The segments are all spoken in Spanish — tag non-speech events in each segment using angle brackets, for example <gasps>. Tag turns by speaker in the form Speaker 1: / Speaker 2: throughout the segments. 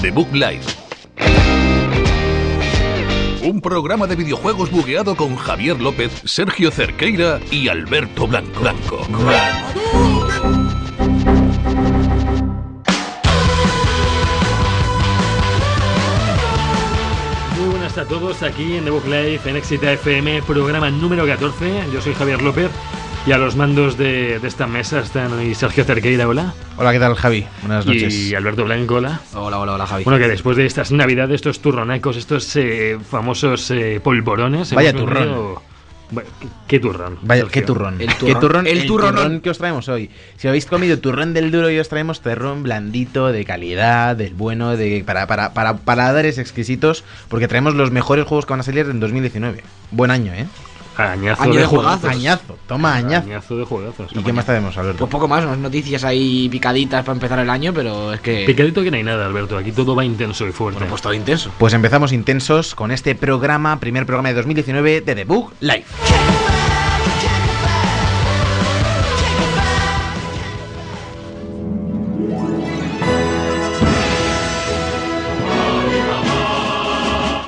Speaker 1: Facebook Live. Un programa de videojuegos bugueado con Javier López, Sergio Cerqueira y Alberto Blanco. Blanco.
Speaker 2: Muy buenas a todos aquí en The Book Life, en Exita FM, programa número 14. Yo soy Javier López y a los mandos de, de esta mesa están hoy Sergio Cerqueira, hola,
Speaker 3: Hola, ¿qué tal, Javi? Buenas noches.
Speaker 2: y Alberto Blanco, hola.
Speaker 3: Hola, hola, hola, Javi.
Speaker 2: Bueno, que después de estas navidades, estos turronacos, estos eh, famosos eh, polvorones...
Speaker 3: Vaya
Speaker 2: hemos
Speaker 3: turrón.
Speaker 2: venido- Bueno, ¿qué- ¿Qué turrón?
Speaker 3: Vaya,
Speaker 2: Sergio?
Speaker 3: qué turrón.
Speaker 4: El
Speaker 3: Qué
Speaker 4: turrón. El
Speaker 3: el
Speaker 4: turrón.
Speaker 3: turrón que os traemos hoy. Si habéis comido turrón del duro, hoy os traemos turrón blandito, de calidad, del bueno, de para, para, para paladares exquisitos, porque traemos los mejores juegos que van a salir en 2019. Buen año, ¿eh?
Speaker 2: Añazo
Speaker 4: Año
Speaker 2: de,
Speaker 4: de
Speaker 2: juegazos.
Speaker 4: juegazos.
Speaker 3: Añazo, toma añazo.
Speaker 2: Añazo de juegazos.
Speaker 3: ¿Y qué más tenemos, Alberto?
Speaker 4: Pues poco más, unas noticias ahí picaditas para empezar el año, pero es que.
Speaker 2: Picadito que no hay nada, Alberto. Aquí todo va intenso y fuerte.
Speaker 4: Bueno, pues todo intenso.
Speaker 3: Pues empezamos intensos con este programa, primer programa de 2019 de The Book Live.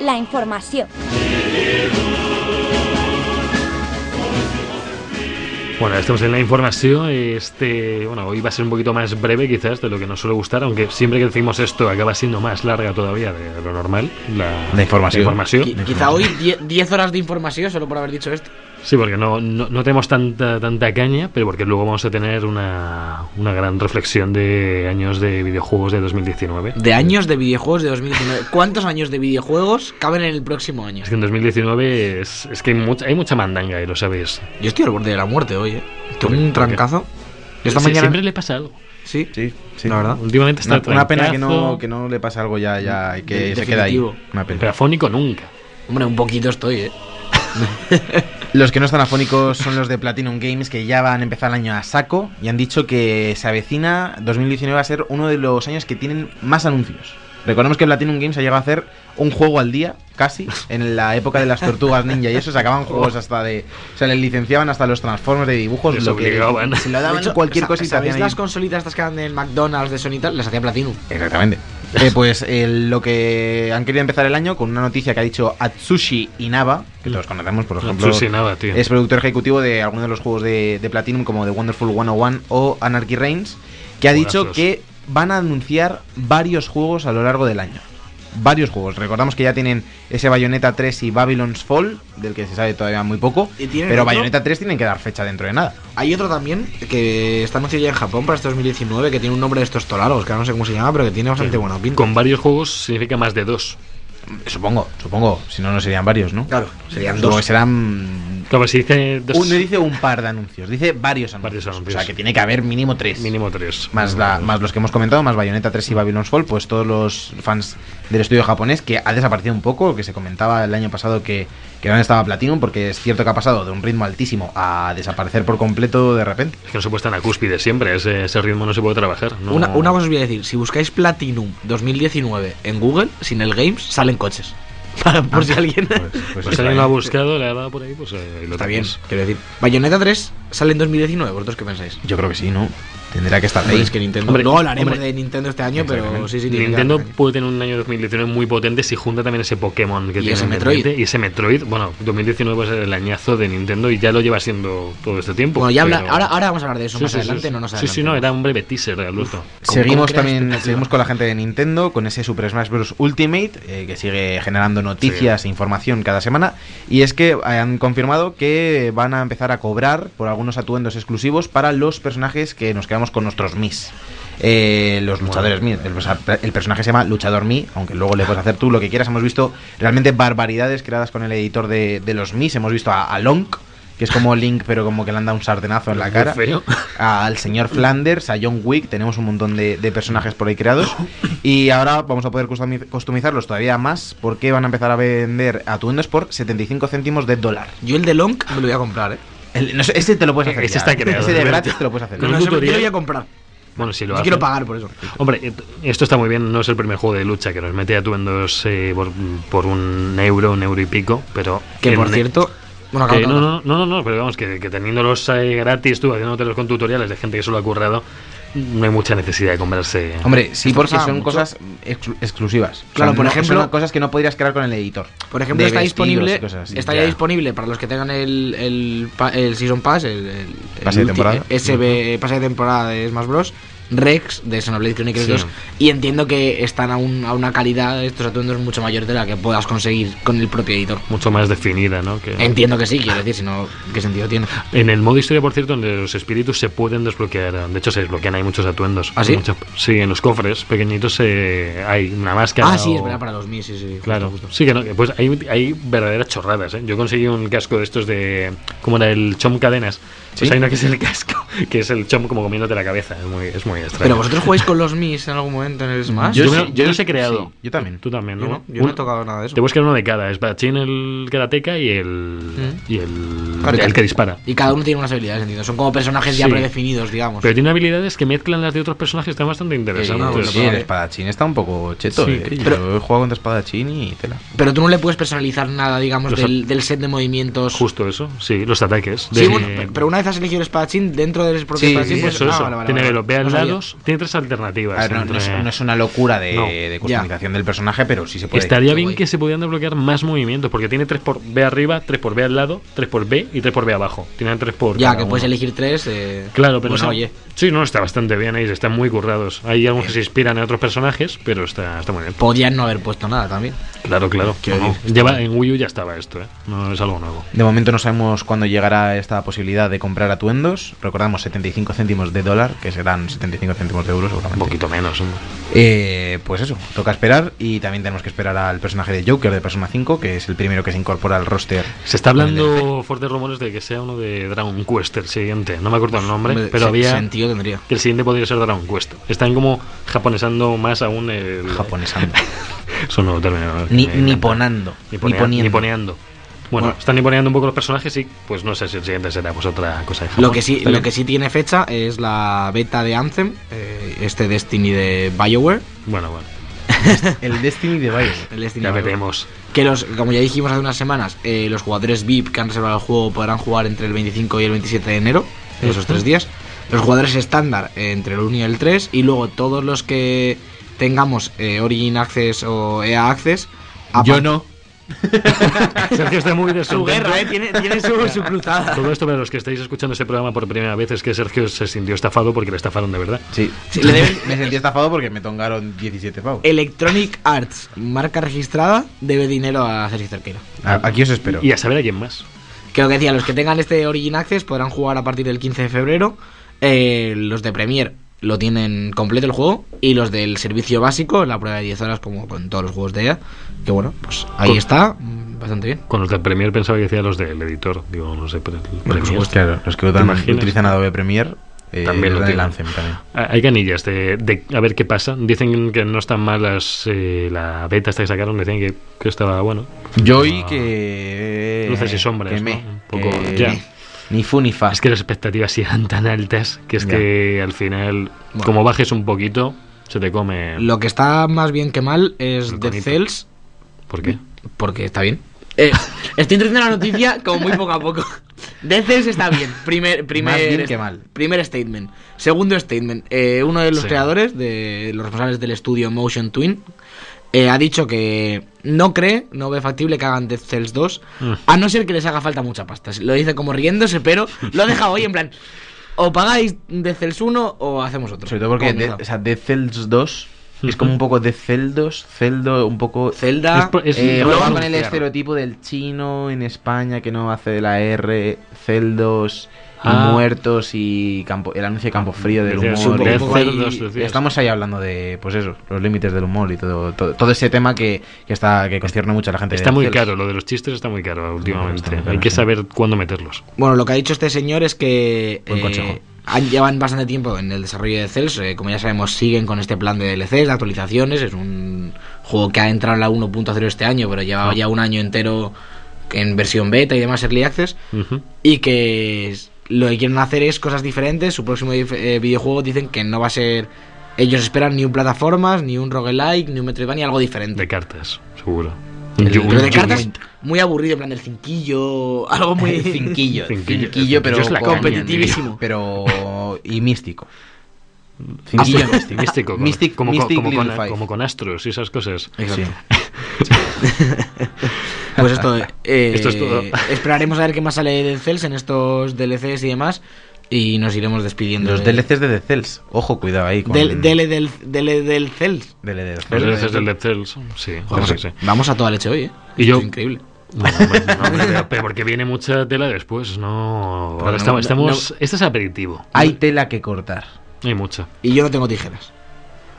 Speaker 5: la información.
Speaker 2: Bueno, estamos en la información. Este, bueno, hoy va a ser un poquito más breve quizás de lo que nos suele gustar, aunque siempre que decimos esto acaba siendo más larga todavía de lo normal. La,
Speaker 3: La información.
Speaker 4: Qui- Quizá hoy 10 horas de información solo por haber dicho esto.
Speaker 2: Sí, porque no, no, no tenemos tanta, tanta caña, pero porque luego vamos a tener una, una gran reflexión de años de videojuegos de 2019.
Speaker 4: De años de videojuegos de 2019. ¿Cuántos años de videojuegos caben en el próximo año?
Speaker 2: Es que en 2019 es, es que hay mucha, hay mucha mandanga, y lo sabéis.
Speaker 4: Yo estoy al borde de la muerte hoy, ¿eh? Tengo un
Speaker 2: ¿Por qué?
Speaker 4: trancazo. Yo esta
Speaker 2: Sí,
Speaker 4: mañana.
Speaker 2: Siempre le pasa algo.
Speaker 4: Sí,
Speaker 3: Sí, sí.
Speaker 4: la verdad.
Speaker 2: Últimamente está
Speaker 3: ¿Ah? Una, una pena que no,
Speaker 2: trancazo,
Speaker 3: que no le pase algo ya, ya y que
Speaker 4: De-
Speaker 3: se queda ahí.
Speaker 4: definitivo.
Speaker 3: Una pena.
Speaker 2: pero afónico nunca.
Speaker 4: Hombre, un poquito estoy, ¿eh?
Speaker 3: Los que no están afónicos son los de Platinum Games que ya van a empezar el año a saco y han dicho que se avecina 2019 va a ser uno de los años que tienen más anuncios. Recordemos que Platinum Games ha llegado a hacer un juego al día, casi, en la época de las tortugas ninja y
Speaker 2: <laughs>
Speaker 3: eso
Speaker 2: Oh.
Speaker 3: sacaban juegos hasta de... O sea, les licenciaban hasta los transformers de dibujos.
Speaker 2: Les
Speaker 3: lo que-
Speaker 2: obligaban.
Speaker 3: Se lo daban
Speaker 4: De hecho,
Speaker 3: cualquier
Speaker 4: sa-
Speaker 3: cosita.
Speaker 4: ¿Sabéis
Speaker 3: hacían ahí-
Speaker 4: las consolitas estas que dan del McDonald's, de Sony y tal? Las hacía Platinum.
Speaker 2: <laughs>
Speaker 3: Exactamente. Eh, pues eh, lo que han querido empezar el año con una noticia que ha dicho Atsushi Inaba, que todos conocemos, por ejemplo,
Speaker 2: Atsushi Inaba, tío.
Speaker 3: es productor ejecutivo de algunos de los juegos de, de Platinum como The Wonderful 101 o Anarchy Reigns, que ha dicho
Speaker 2: Juegazos.
Speaker 3: que van a anunciar varios juegos a lo largo del año. Varios juegos. Recordamos que ya tienen ese Bayonetta 3 y Babylon's Fall, del que se sabe todavía muy poco,
Speaker 4: ¿Y tienen
Speaker 3: pero
Speaker 4: otro?
Speaker 3: Bayonetta 3 tienen que dar fecha dentro de nada.
Speaker 4: Hay otro también que está anunciado ya en Japón para este 2019 que tiene un nombre de estos tolaros, que ahora no sé cómo se llama, pero que tiene bastante buena pinta.
Speaker 2: Con varios juegos significa más de dos.
Speaker 3: Supongo, supongo, si no, no serían varios, ¿no?
Speaker 4: Claro, serían
Speaker 3: Supongo que
Speaker 4: dos.
Speaker 3: serán
Speaker 2: Claro, si dice dos,
Speaker 3: Un- no dice un par de anuncios, dice varios anuncios.
Speaker 2: Varios anuncios.
Speaker 3: O sea, que tiene que haber mínimo tres.
Speaker 2: mínimo tres.
Speaker 3: Más, la- más los que hemos comentado, más Bayonetta 3 y Babylon's Fall, pues todos los fans del estudio japonés que ha desaparecido un poco, que se comentaba el año pasado que, que no estaba Platinum, porque es cierto que ha pasado de un ritmo altísimo a desaparecer por completo de repente.
Speaker 2: Es que no se puede estar en la cúspide siempre, ese, ese ritmo no se puede trabajar. no-
Speaker 4: Una, una cosa os voy a decir, si buscáis Platinum 2019 en Google, sin el Games, salen coches. <laughs> Para- por si alguien...
Speaker 2: Ah,
Speaker 3: Ah,
Speaker 2: Pues,
Speaker 3: está
Speaker 2: alguien
Speaker 3: bien.
Speaker 2: lo ha buscado, le ha dado por ahí, pues eh, ahí lo
Speaker 4: ¿eh? Está bien,
Speaker 2: tenéis.
Speaker 4: quiero decir. Bayonetta 3 sale en 2019, ¿vosotros qué pensáis?
Speaker 3: Yo creo que sí, ¿no? Tendrá que estar
Speaker 4: Pues
Speaker 3: ahí.
Speaker 4: es que Nintendo...
Speaker 2: Hombre,
Speaker 4: Luego hablaremos
Speaker 2: hombre.
Speaker 4: de Nintendo este año, pero
Speaker 3: Exactamente.
Speaker 4: sí, sí, tiene que
Speaker 2: Nintendo
Speaker 4: haber-
Speaker 2: puede tener un año 2019 muy potente si junta también ese Pokémon que
Speaker 4: Y
Speaker 2: tiene
Speaker 4: ese
Speaker 2: en
Speaker 4: Metroid.
Speaker 2: mente, y ese Metroid. Bueno, 2019 va a ser el añazo de Nintendo y ya lo lleva siendo todo este tiempo.
Speaker 4: Bueno, ya habla-
Speaker 2: pero-
Speaker 4: ahora, ahora vamos a hablar de eso
Speaker 2: Sí,
Speaker 4: más
Speaker 2: sí, sí,
Speaker 4: adelante,
Speaker 2: sí.
Speaker 4: no nos
Speaker 2: Sí, sí, no, era un breve teaser, Alberto.
Speaker 4: ¿Cómo- cómo
Speaker 3: Seguimos
Speaker 4: creas
Speaker 3: también
Speaker 4: expectativa?
Speaker 3: seguimos con la gente de Nintendo, con ese Super Smash Bros. Ultimate, eh, que sigue generando noticias e información cada semana. Y es que eh, han confirmado que van a empezar a cobrar por algunos atuendos exclusivos para los personajes que nos quedamos con nuestros Mis. Eh, los luchadores Mi. El, o sea, el personaje se llama Luchador Mi, aunque luego le puedes hacer tú lo que quieras. Hemos visto realmente barbaridades creadas con el editor de, de los Mis. Hemos visto a, a Long, que es como Link, pero como que le han dado un sartenazo en la
Speaker 4: <laughs>
Speaker 2: Muy
Speaker 3: cara
Speaker 2: feo.
Speaker 3: al señor Flanders, a John Wick, tenemos un montón de, de personajes por ahí creados. Y ahora vamos a poder customi- customizarlos todavía más porque van a empezar a vender atuendos por 75 céntimos de dólar.
Speaker 4: Yo el de Long me lo voy a comprar, ¿eh.
Speaker 3: El- no sé, ese te lo puedes hacer.
Speaker 2: Ese
Speaker 3: ya,
Speaker 2: está
Speaker 3: ¿eh?
Speaker 2: creado,
Speaker 3: Ese de
Speaker 2: Alberto.
Speaker 3: gratis te lo puedes hacer.
Speaker 2: Con
Speaker 4: No,
Speaker 2: un
Speaker 4: no sé, yo
Speaker 2: tutorial.
Speaker 4: lo voy a comprar.
Speaker 2: Bueno, si lo
Speaker 4: Yo
Speaker 2: hacen-
Speaker 4: quiero pagar por eso.
Speaker 2: Hombre, et- esto está muy bien, no es el primer juego de lucha que nos mete atuendos eh, por, por un euro, un euro y pico, pero...
Speaker 4: Que por
Speaker 2: en-
Speaker 4: cierto. Bueno,
Speaker 2: que
Speaker 4: acabo,
Speaker 2: no,
Speaker 4: acabo.
Speaker 2: no, no, no, no, pero vamos, que, que teniéndolos eh, gratis tú, haciéndotelos con tutoriales de gente que solo ha currado, no hay mucha necesidad de comprarse.
Speaker 3: Hombre, sí,
Speaker 4: Esto
Speaker 3: porque
Speaker 4: pasa
Speaker 3: son
Speaker 4: mucho.
Speaker 3: cosas exclu- exclusivas.
Speaker 4: Claro, por
Speaker 3: no-
Speaker 4: ejemplo-
Speaker 3: son cosas que no podrías crear con el editor.
Speaker 4: Por ejemplo,
Speaker 3: De
Speaker 4: está
Speaker 3: vestidos y
Speaker 4: disponible,
Speaker 3: cosas así.
Speaker 4: está
Speaker 2: Ya.
Speaker 4: ya disponible para los que tengan el, el, pa- el Season Pass, el, el- el
Speaker 3: Pase de
Speaker 4: ulti-
Speaker 3: temporada.
Speaker 4: eh, SB, pase de temporada de Smash Bros. Rex de Xenoblade Chronicles
Speaker 2: Sí.
Speaker 4: 2 y entiendo que están a, un- a una calidad estos atuendos mucho mayor de la que puedas conseguir con el propio editor.
Speaker 2: Mucho más definida, ¿no? Que...
Speaker 4: Entiendo que sí, quiero decir, si no, ¿qué sentido tiene?
Speaker 2: En el modo historia, por cierto, donde los espíritus se pueden desbloquear. De hecho, se desbloquean, hay muchos atuendos.
Speaker 4: ¿Ah, sí?
Speaker 2: Muchas- sí, en los cofres pequeñitos se- hay una máscara.
Speaker 4: Ah, sí, es
Speaker 2: o-
Speaker 4: verdad, para los mí, sí, sí.
Speaker 2: Claro,
Speaker 4: justo, justo.
Speaker 2: sí que no, que pues hay, hay verdaderas chorradas. ¿eh? Yo conseguí un casco de estos de. como era el chom cadenas. Pues
Speaker 3: ¿Sí?
Speaker 2: hay uno que es el casco, que es el chom como comiéndote la cabeza. Es muy, es muy extraño.
Speaker 4: Pero vosotros jugáis con los mis en algún momento en el Smash.
Speaker 2: yo,
Speaker 3: Yo
Speaker 2: me-
Speaker 3: sí,
Speaker 2: yo
Speaker 3: yo
Speaker 2: los he
Speaker 3: sí,
Speaker 2: creado.
Speaker 3: yo también.
Speaker 2: Tú también, ¿no?
Speaker 4: Yo no, yo no he
Speaker 2: Uno-
Speaker 4: tocado nada de eso.
Speaker 2: Te buscan uno de cada: espadachín, el karateka y el.
Speaker 4: Mm.
Speaker 2: y el.
Speaker 4: Claro,
Speaker 2: el
Speaker 4: claro.
Speaker 2: que dispara.
Speaker 4: Y cada uno tiene unas habilidades, entiendo. Son como personajes ya
Speaker 2: Sí.
Speaker 4: predefinidos, digamos.
Speaker 2: Pero tiene habilidades que mezclan las de otros personajes, están bastante
Speaker 4: no,
Speaker 2: interesantes.
Speaker 4: sí,
Speaker 3: el
Speaker 4: vale.
Speaker 3: espadachín está un poco cheto.
Speaker 2: Sí,
Speaker 3: eh. Yo
Speaker 4: pero-
Speaker 3: he jugado contra espadachín y tela.
Speaker 4: Pero tú no le puedes personalizar nada, digamos,
Speaker 2: Los
Speaker 4: del, del set de movimientos.
Speaker 2: Justo eso, sí, los ataques.
Speaker 4: Sí,
Speaker 2: de-
Speaker 4: bueno, pe- pero una vez has elegido el espadachín, dentro del propio
Speaker 3: Sí,
Speaker 4: espadachín,
Speaker 3: sí,
Speaker 4: pues-
Speaker 2: eso,
Speaker 4: ah,
Speaker 2: eso.
Speaker 4: vale, vale,
Speaker 2: tiene
Speaker 4: vale.
Speaker 2: velocidad
Speaker 4: No sabía.
Speaker 2: lados, tiene tres alternativas.
Speaker 3: A ver, no, no es,
Speaker 2: entre-
Speaker 3: no es una locura de,
Speaker 2: No.
Speaker 3: de customización del personaje, pero sí se puede.
Speaker 2: Estaría bien
Speaker 4: guay.
Speaker 2: que se pudieran desbloquear más movimientos, porque tiene 3 por B arriba, 3 por B al lado, 3 por B y 3 por B abajo. Tienen 3 por.
Speaker 4: Ya,
Speaker 2: cada
Speaker 4: que
Speaker 2: uno.
Speaker 4: puedes elegir tres. eh,
Speaker 2: Claro, pero
Speaker 4: bueno,
Speaker 2: no sé-
Speaker 4: oye.
Speaker 2: Sí, no, está bastante bien ahí, están muy currados. Hay algunos que se inspiran en otros personajes, pero está, está muy bien.
Speaker 4: Podían no haber puesto nada también.
Speaker 2: Claro, claro.
Speaker 4: Quiero
Speaker 2: No, no.
Speaker 4: decir-
Speaker 2: Lleva, en Wii U ya estaba esto, ¿eh? No es algo nuevo.
Speaker 3: De momento no sabemos cuándo llegará esta posibilidad de comprar atuendos. Recordamos 75 céntimos de dólar, que serán 75 céntimos de euro
Speaker 2: Un
Speaker 3: seguramente.
Speaker 2: poquito menos. hombre.
Speaker 3: Eh, pues eso, toca esperar y también tenemos que esperar al personaje de Joker de Persona 5, que es el primero que se incorpora al roster.
Speaker 2: Se está hablando fuertes rumores de que sea uno de Dragon Quest el siguiente. No me acuerdo el nombre,
Speaker 4: Hombre,
Speaker 2: pero
Speaker 4: se-
Speaker 2: había
Speaker 4: Sentido tendría.
Speaker 2: que el siguiente podría ser Dragon Quest. Están como japonesando más aún el
Speaker 3: japonesando.
Speaker 2: Son nuevos términos.
Speaker 3: <laughs> Ni,
Speaker 2: que me encantan.
Speaker 3: niponando.
Speaker 2: Niponea-
Speaker 3: Niponiendo.
Speaker 2: Niponeando. Bueno,
Speaker 4: Bueno.
Speaker 2: están niponeando un poco los personajes y pues no sé si el siguiente será pues otra cosa de Japón.
Speaker 4: Lo que, sí,
Speaker 2: Está
Speaker 4: lo
Speaker 2: bien.
Speaker 4: que sí tiene fecha es la beta de Anthem, eh, este Destiny de BioWare.
Speaker 2: Bueno, bueno,
Speaker 3: <laughs> El Destiny de Bioware.
Speaker 4: El Destiny
Speaker 2: ya
Speaker 4: de BioWare.
Speaker 2: veremos.
Speaker 4: Que los, como ya dijimos hace unas semanas, eh, los jugadores VIP que han reservado el juego podrán jugar entre el 25 y el 27 de enero, en esos tres días. Los jugadores estándar eh, entre el 1 y el 3. Y luego todos los que tengamos eh, Origin Access o EA Access.
Speaker 2: Ah,
Speaker 4: a
Speaker 3: Yo
Speaker 4: par-
Speaker 3: no.
Speaker 2: <laughs> Sergio está muy
Speaker 4: Su
Speaker 2: descontento.
Speaker 4: guerra, eh, tiene, tiene su, su cruzada.
Speaker 2: Todo esto para los que estáis escuchando este programa por primera vez es que Sergio se sintió estafado porque le estafaron de verdad.
Speaker 3: Sí.
Speaker 4: Sí, le deben-
Speaker 3: Me sentí estafado porque me tongaron 17 pavos.
Speaker 4: Electronic Arts, marca registrada, debe dinero a Sergio Cerqueira.
Speaker 3: A- Aquí os espero.
Speaker 2: Y a saber a quién más.
Speaker 4: Creo que decía, los que tengan este Origin Access podrán jugar a partir del 15 de febrero. Eh, los de Premier lo tienen completo el juego. Y los del servicio básico, la prueba de 10 horas, como con todos los juegos de ella. Que bueno, pues ahí
Speaker 2: Con-
Speaker 4: está. mm, Bastante bien.
Speaker 2: Con los del Premier pensaba que decía los del editor. Digo, no sé, pero el Premier.
Speaker 3: Pues claro, los que
Speaker 2: ¿Te
Speaker 3: utan-
Speaker 2: imaginas?
Speaker 3: utilizan Adobe Premiere eh,
Speaker 2: También lo
Speaker 3: les dan el
Speaker 2: tienen.
Speaker 3: Anthem también.
Speaker 2: Ah, Hay canillas de, de- a ver qué pasa. Dicen que no están malas eh, la beta esta que sacaron, decían que, que estaba bueno.
Speaker 3: Yo oí que.
Speaker 2: Ah.
Speaker 3: eh,
Speaker 2: Luces y sombras,
Speaker 3: Que
Speaker 2: ¿no?
Speaker 3: me.
Speaker 2: Un poco-
Speaker 3: que
Speaker 2: ya.
Speaker 3: me. Ni fu ni fa.
Speaker 2: Es que las expectativas sí eran tan altas que es
Speaker 3: Ya.
Speaker 2: que al final,
Speaker 4: Bueno.
Speaker 2: como bajes un poquito, se te come.
Speaker 4: Lo que está más bien que mal es Dead
Speaker 2: Bonito.
Speaker 4: Cells,
Speaker 2: ¿Por qué?
Speaker 4: porque está bien. Eh, estoy introduciendo la noticia como muy poco a poco. Dead Cells está bien. Primer, primer,
Speaker 3: Más bien
Speaker 4: est-
Speaker 3: que mal.
Speaker 4: Primer statement. Segundo statement. eh, uno de los
Speaker 2: Sí.
Speaker 4: creadores, de los responsables del estudio Motion Twin, eh, ha dicho que no cree, no ve factible que hagan Dead Cells 2,
Speaker 2: Mm.
Speaker 4: a no ser que les haga falta mucha pasta. Lo dice como riéndose, pero lo ha dejado hoy en plan. O pagáis Dead Cells 1 o hacemos otro.
Speaker 3: Sobre todo porque
Speaker 4: Como
Speaker 3: de-
Speaker 4: mierda.
Speaker 3: o sea, Dead Cells 2 es como
Speaker 2: <laughs>
Speaker 3: un poco Dead Cells 2, Celdo, un poco.
Speaker 4: Zelda.
Speaker 2: Es pro- es-
Speaker 3: Eh,
Speaker 2: lo
Speaker 3: juegan
Speaker 2: van a
Speaker 3: con el
Speaker 2: anunciar.
Speaker 3: estereotipo del chino en España que no hace de la R, celdos y
Speaker 2: Ah.
Speaker 3: muertos y campo, el anuncio de campo frío del
Speaker 2: Decías,
Speaker 3: humor.
Speaker 2: Dead
Speaker 3: y-
Speaker 2: Cells
Speaker 3: y-
Speaker 2: 2, decías.
Speaker 3: estamos ahí hablando de, pues eso, los límites del humor y todo, todo, todo ese tema que, que está que concierne mucho a la gente. de
Speaker 2: Está
Speaker 3: Dead
Speaker 2: muy
Speaker 3: Cells.
Speaker 2: caro, lo de los chistes está muy caro últimamente.
Speaker 3: Está muy caro,
Speaker 2: Hay que
Speaker 3: sí.
Speaker 2: saber cuándo meterlos.
Speaker 4: Bueno, lo que ha dicho este señor es que
Speaker 3: Buen
Speaker 4: eh,
Speaker 3: consejo.
Speaker 4: han- llevan bastante tiempo en el desarrollo de Cells. eh, como ya sabemos, siguen con este plan de DLCs, de actualizaciones. Es un juego que ha entrado en la 1.0 este año, pero
Speaker 3: Ah.
Speaker 4: llevaba ya un año entero en versión beta y demás early access.
Speaker 2: Ujú.
Speaker 4: Y que es- lo que quieren hacer es cosas diferentes. Su próximo dif- eh, videojuego dicen que no va a ser. Ellos esperan ni un plataformas, ni un roguelike, ni un Metroidvania, algo diferente.
Speaker 2: De cartas, seguro.
Speaker 4: El-
Speaker 2: Yu-
Speaker 4: pero de
Speaker 2: Yu-
Speaker 4: cartas, muy aburrido, en plan del cinquillo, <laughs> algo muy. <laughs>
Speaker 3: Cinquillo,
Speaker 2: <laughs> Cinquillo.
Speaker 3: cinquillo, pero
Speaker 2: Yo es la
Speaker 3: con-
Speaker 2: caña,
Speaker 4: Competitivísimo.
Speaker 3: Pero. y místico. Místico.
Speaker 2: Mystic, místico,
Speaker 3: Mystic-
Speaker 2: como,
Speaker 3: Mystic
Speaker 2: como
Speaker 3: Little
Speaker 2: con,
Speaker 3: Five. Eh,
Speaker 2: como con astros y esas cosas.
Speaker 4: Exacto. <laughs> Pues esto, eh,
Speaker 2: <laughs> Esto es todo.
Speaker 4: <laughs> Esperaremos a ver qué más sale de Cells en estos DLCs y demás. Y nos iremos despidiendo.
Speaker 3: Los
Speaker 4: de-
Speaker 3: DLCs de The Cells. Ojo, cuidado ahí. Con...
Speaker 4: Del, dele del, dele del Cells.
Speaker 3: Dele de The
Speaker 2: Los
Speaker 3: Cells.
Speaker 2: DLCs del Dead Cells, sí,
Speaker 4: Vamos,
Speaker 2: sí, sí.
Speaker 4: vamos a toda leche hoy, ¿eh?
Speaker 2: Y
Speaker 4: Esto
Speaker 2: yo-
Speaker 4: es increíble.
Speaker 2: No, hombre, no, hombre, pero, pero porque viene mucha tela después, no.
Speaker 4: Pero
Speaker 2: Ahora
Speaker 4: no,
Speaker 2: estamos,
Speaker 4: no,
Speaker 2: estamos- este es aperitivo.
Speaker 3: Hay tela que cortar.
Speaker 2: Hay mucha.
Speaker 4: Y yo no tengo tijeras.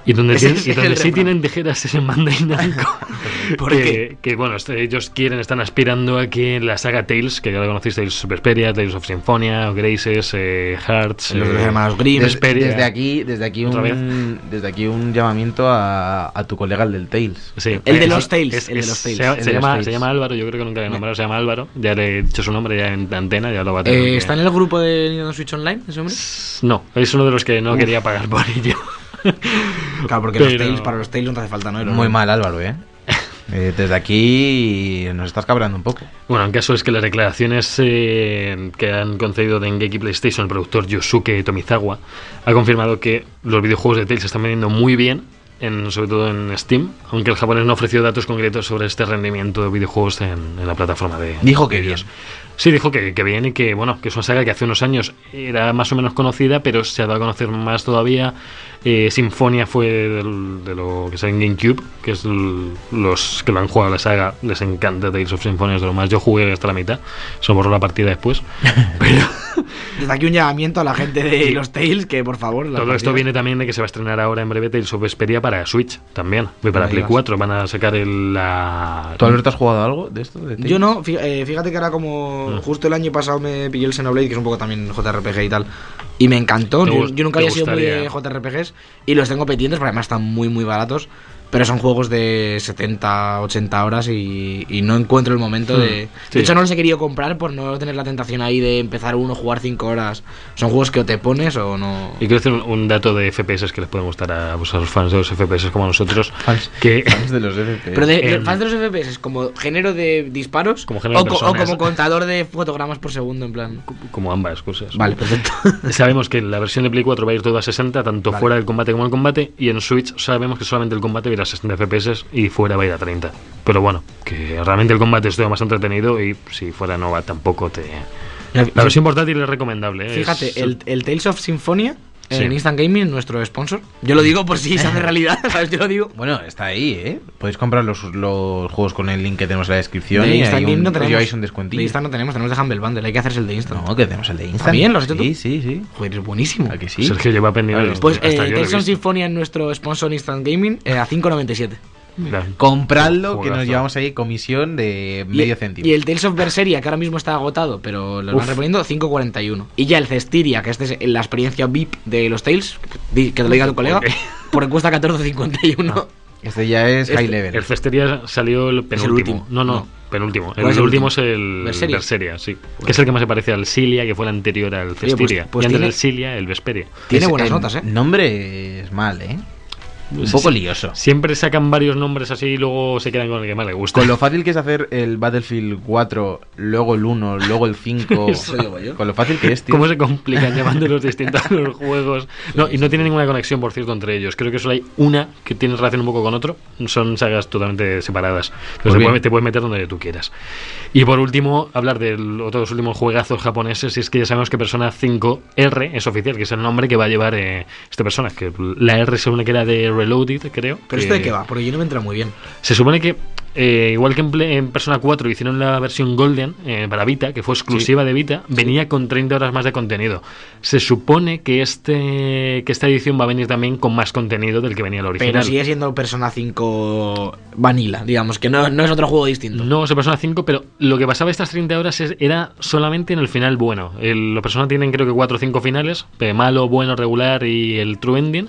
Speaker 2: Y donde,
Speaker 4: Ese
Speaker 2: tienen-
Speaker 4: es
Speaker 2: y donde
Speaker 4: el
Speaker 2: sí
Speaker 4: refrán.
Speaker 2: tienen tijeras es en Bandai <laughs> Namco.
Speaker 4: ¿Por
Speaker 2: que,
Speaker 4: qué?
Speaker 2: que, bueno, este- ellos quieren, están aspirando a que la saga Tales, que ya la conocéis, Tales of Vesperia, Tales of Symphonia, Graces, eh, Hearts,
Speaker 4: Los
Speaker 2: eh,
Speaker 4: dos hermanos Grimm.
Speaker 3: Des-
Speaker 2: Vesperia.
Speaker 3: desde aquí, desde aquí
Speaker 2: Otra
Speaker 3: un desde aquí un llamamiento a, a tu colega el del Tails.
Speaker 2: Sí.
Speaker 4: El de
Speaker 2: Eh,
Speaker 4: los
Speaker 2: sí,
Speaker 4: Tales,
Speaker 2: es-
Speaker 4: el de
Speaker 2: es-
Speaker 4: los Tales,
Speaker 2: Se,
Speaker 4: el
Speaker 2: se
Speaker 3: de los
Speaker 2: llama,
Speaker 3: Tales.
Speaker 2: se llama Álvaro, yo creo que nunca le he nombrado, se llama Álvaro. Ya le he dicho su nombre ya en antena, ya lo va a tener.
Speaker 4: Eh,
Speaker 2: que-
Speaker 4: ¿Está en el grupo de Nintendo Switch Online ese hombre?
Speaker 2: No, es uno de los que no quería pagar por ello.
Speaker 4: <laughs> Claro, porque los
Speaker 2: Pero-
Speaker 4: Tails, para los Tails no hace falta, ¿no? El
Speaker 3: Muy
Speaker 4: online.
Speaker 3: mal, Álvaro,
Speaker 4: <laughs>
Speaker 3: ¿eh? Eh, Desde aquí nos estás cabrando un poco.
Speaker 2: Bueno, el caso es que las declaraciones eh, que han concedido de Engeki PlayStation el productor Yosuke Tomizawa ha confirmado que los videojuegos de Tales se están vendiendo muy bien, en- sobre todo en Steam, aunque el japonés no ofreció datos concretos sobre este rendimiento de videojuegos en, en la plataforma de
Speaker 3: Dijo que
Speaker 2: de ellos. Sí, dijo que, que bien y que bueno, que es una saga que hace unos años era más o menos conocida, pero se ha dado a conocer más todavía. Eh, Sinfonia fue del- de lo que sale en GameCube, que es el- los que lo han jugado la saga, les encanta Tales of Symphonia, es de lo más. Yo jugué hasta la mitad, se me borró la partida
Speaker 3: <laughs>
Speaker 2: después.
Speaker 4: Desde aquí un llamamiento a la gente de los Tails que, por favor. las
Speaker 2: Todo esto
Speaker 4: partidas-
Speaker 2: viene también de que se va a estrenar ahora en breve Tales of Vesperia para Switch también, y para
Speaker 4: me
Speaker 2: Play
Speaker 4: digas.
Speaker 2: 4. Van a sacar el, la.
Speaker 3: ¿Tú, Alberto, has jugado algo de esto? de Tails?
Speaker 4: Yo no, fí- eh, fíjate que ahora como
Speaker 2: Ah.
Speaker 4: justo el año pasado me pilló el Xenoblade, que es un poco también JRPG y tal, y me encantó.
Speaker 2: Te
Speaker 4: Yo,
Speaker 2: gust-
Speaker 4: yo nunca
Speaker 2: te
Speaker 4: había sido muy
Speaker 2: gustaría.
Speaker 4: de JRPGs y los tengo pendientes, porque además están muy, muy baratos, pero son juegos de 70, 80 horas y, y no encuentro el momento de...
Speaker 2: Hmm, sí.
Speaker 4: De hecho, no los he querido comprar por no tener la tentación ahí de empezar uno, jugar 5 horas. Son juegos que o te pones o no...
Speaker 2: Y quiero hacer un, un dato de FPS que les puede gustar a, pues, a los fans de los FPS como a nosotros.
Speaker 3: Fans.
Speaker 2: Que <laughs>
Speaker 3: Fans de los FPS.
Speaker 4: Pero de, de-
Speaker 2: Em.
Speaker 4: fans de los FPS, como género de disparos
Speaker 2: Como género
Speaker 4: o,
Speaker 2: de
Speaker 4: co- o
Speaker 2: personas.
Speaker 4: como contador de fotogramas por segundo, en plan...
Speaker 2: como ambas cosas.
Speaker 4: Vale, <laughs> perfecto.
Speaker 2: Sabemos que la versión de Play 4 va a ir todo a 60, tanto fuera del combate como el combate, y en Switch sabemos que solamente el combate va a ir a 60 FPS y fuera va a ir a 30. Pero bueno, que realmente el combate es todo más entretenido y si fuera no va tampoco te... La versión portátil es recomendable. ¿eh? Es-
Speaker 4: Fíjate, el, el Tales of Symphonia
Speaker 2: Sí.
Speaker 4: en Instant Gaming, nuestro sponsor. Yo lo digo por si se hace realidad, ¿sabes? Yo lo digo.
Speaker 3: Bueno, está ahí, ¿eh? Podéis comprar los, los juegos con el link que tenemos en la descripción
Speaker 4: de
Speaker 3: y
Speaker 4: Instant
Speaker 3: hay
Speaker 4: Game
Speaker 3: un,
Speaker 4: no tenemos.
Speaker 3: lleváis un
Speaker 4: De
Speaker 3: descuentillo.
Speaker 4: Instant no tenemos, tenemos de Humble Bundle, hay que hacerse el de Instant.
Speaker 3: No, que tenemos el de Instant.
Speaker 4: bien? ¿Lo has hecho
Speaker 3: sí,
Speaker 4: tú?
Speaker 3: sí, sí.
Speaker 4: Joder, es buenísimo.
Speaker 3: ¿A que sí?
Speaker 2: Sergio lleva pendiente.
Speaker 3: Vale.
Speaker 4: Pues eh,
Speaker 2: hasta yo lo he
Speaker 4: Tales of
Speaker 2: visto.
Speaker 4: Symphonia en nuestro sponsor Instant Gaming eh, a 5.97.
Speaker 2: Mira.
Speaker 3: Compradlo, que
Speaker 2: Juegazo.
Speaker 3: nos llevamos ahí comisión de
Speaker 4: Y-
Speaker 3: medio céntimo.
Speaker 4: Y el Tales of Berseria, que ahora mismo está agotado, pero lo
Speaker 2: Uf.
Speaker 4: van reponiendo, 5.41. Y ya el Cestiria, que este es la experiencia VIP de los Tales, di- que te lo diga tu colega, <laughs> porque cuesta 14.51.
Speaker 3: Este ya es
Speaker 4: Este-
Speaker 3: high level.
Speaker 2: El Cesteria salió el
Speaker 4: Es el
Speaker 2: penúltimo.
Speaker 4: último.
Speaker 2: no, no,
Speaker 4: No.
Speaker 2: penúltimo. El,
Speaker 4: ¿Cuál es el
Speaker 2: último
Speaker 4: último?
Speaker 2: es el
Speaker 4: Berseria.
Speaker 2: Berseria, sí. Que es el que más se parece al Cilia, que fue el anterior al
Speaker 4: pues-
Speaker 2: Cesteria.
Speaker 4: pues
Speaker 2: y antes
Speaker 4: tiene-
Speaker 2: del Cilia, el Vesperia.
Speaker 4: Tiene
Speaker 3: Es-
Speaker 4: buenas
Speaker 3: el
Speaker 4: notas, ¿eh?
Speaker 3: Nombre es mal, ¿eh? Un
Speaker 2: Sí,
Speaker 3: poco
Speaker 2: sí.
Speaker 3: lioso.
Speaker 2: Siempre sacan varios nombres así y luego se quedan con el que más le gusta.
Speaker 3: Con lo fácil que es hacer el Battlefield 4, luego el 1, luego el
Speaker 4: <laughs>
Speaker 3: 5.
Speaker 2: Eso
Speaker 4: digo yo.
Speaker 3: Con lo fácil que es,
Speaker 2: <laughs>
Speaker 3: tío.
Speaker 2: ¿Cómo se complican llamando los distintos los juegos? No, y no tiene ninguna conexión, por cierto, entre ellos. Creo que solo hay una que tiene relación un poco con otro. Son sagas totalmente separadas. Pero
Speaker 3: Pues
Speaker 2: se
Speaker 3: bien.
Speaker 2: puede- te puedes meter donde tú quieras. Y por último, hablar de los últimos juegazos japoneses. Y es que ya sabemos que Persona 5R es oficial, que es el nombre que va a llevar eh, esta persona. Que la R se une que era de Reloaded, creo.
Speaker 4: Pero esto de qué va, porque yo no me entra muy bien.
Speaker 2: Se supone que, eh, igual que en, Play- en Persona 4 hicieron la versión Golden eh, para Vita, que fue exclusiva de Vita, venía con 30 horas más de contenido. Se supone que, este, que esta edición va a venir también con más contenido del que venía el original.
Speaker 4: Pero sigue siendo Persona 5 Vanilla, digamos, que no, no es otro juego distinto.
Speaker 2: No, es de Persona 5, pero lo que pasaba estas 30 horas es- era solamente en el final bueno. El- los Persona tienen creo que 4 o 5 finales, eh, malo, bueno, regular y el true ending.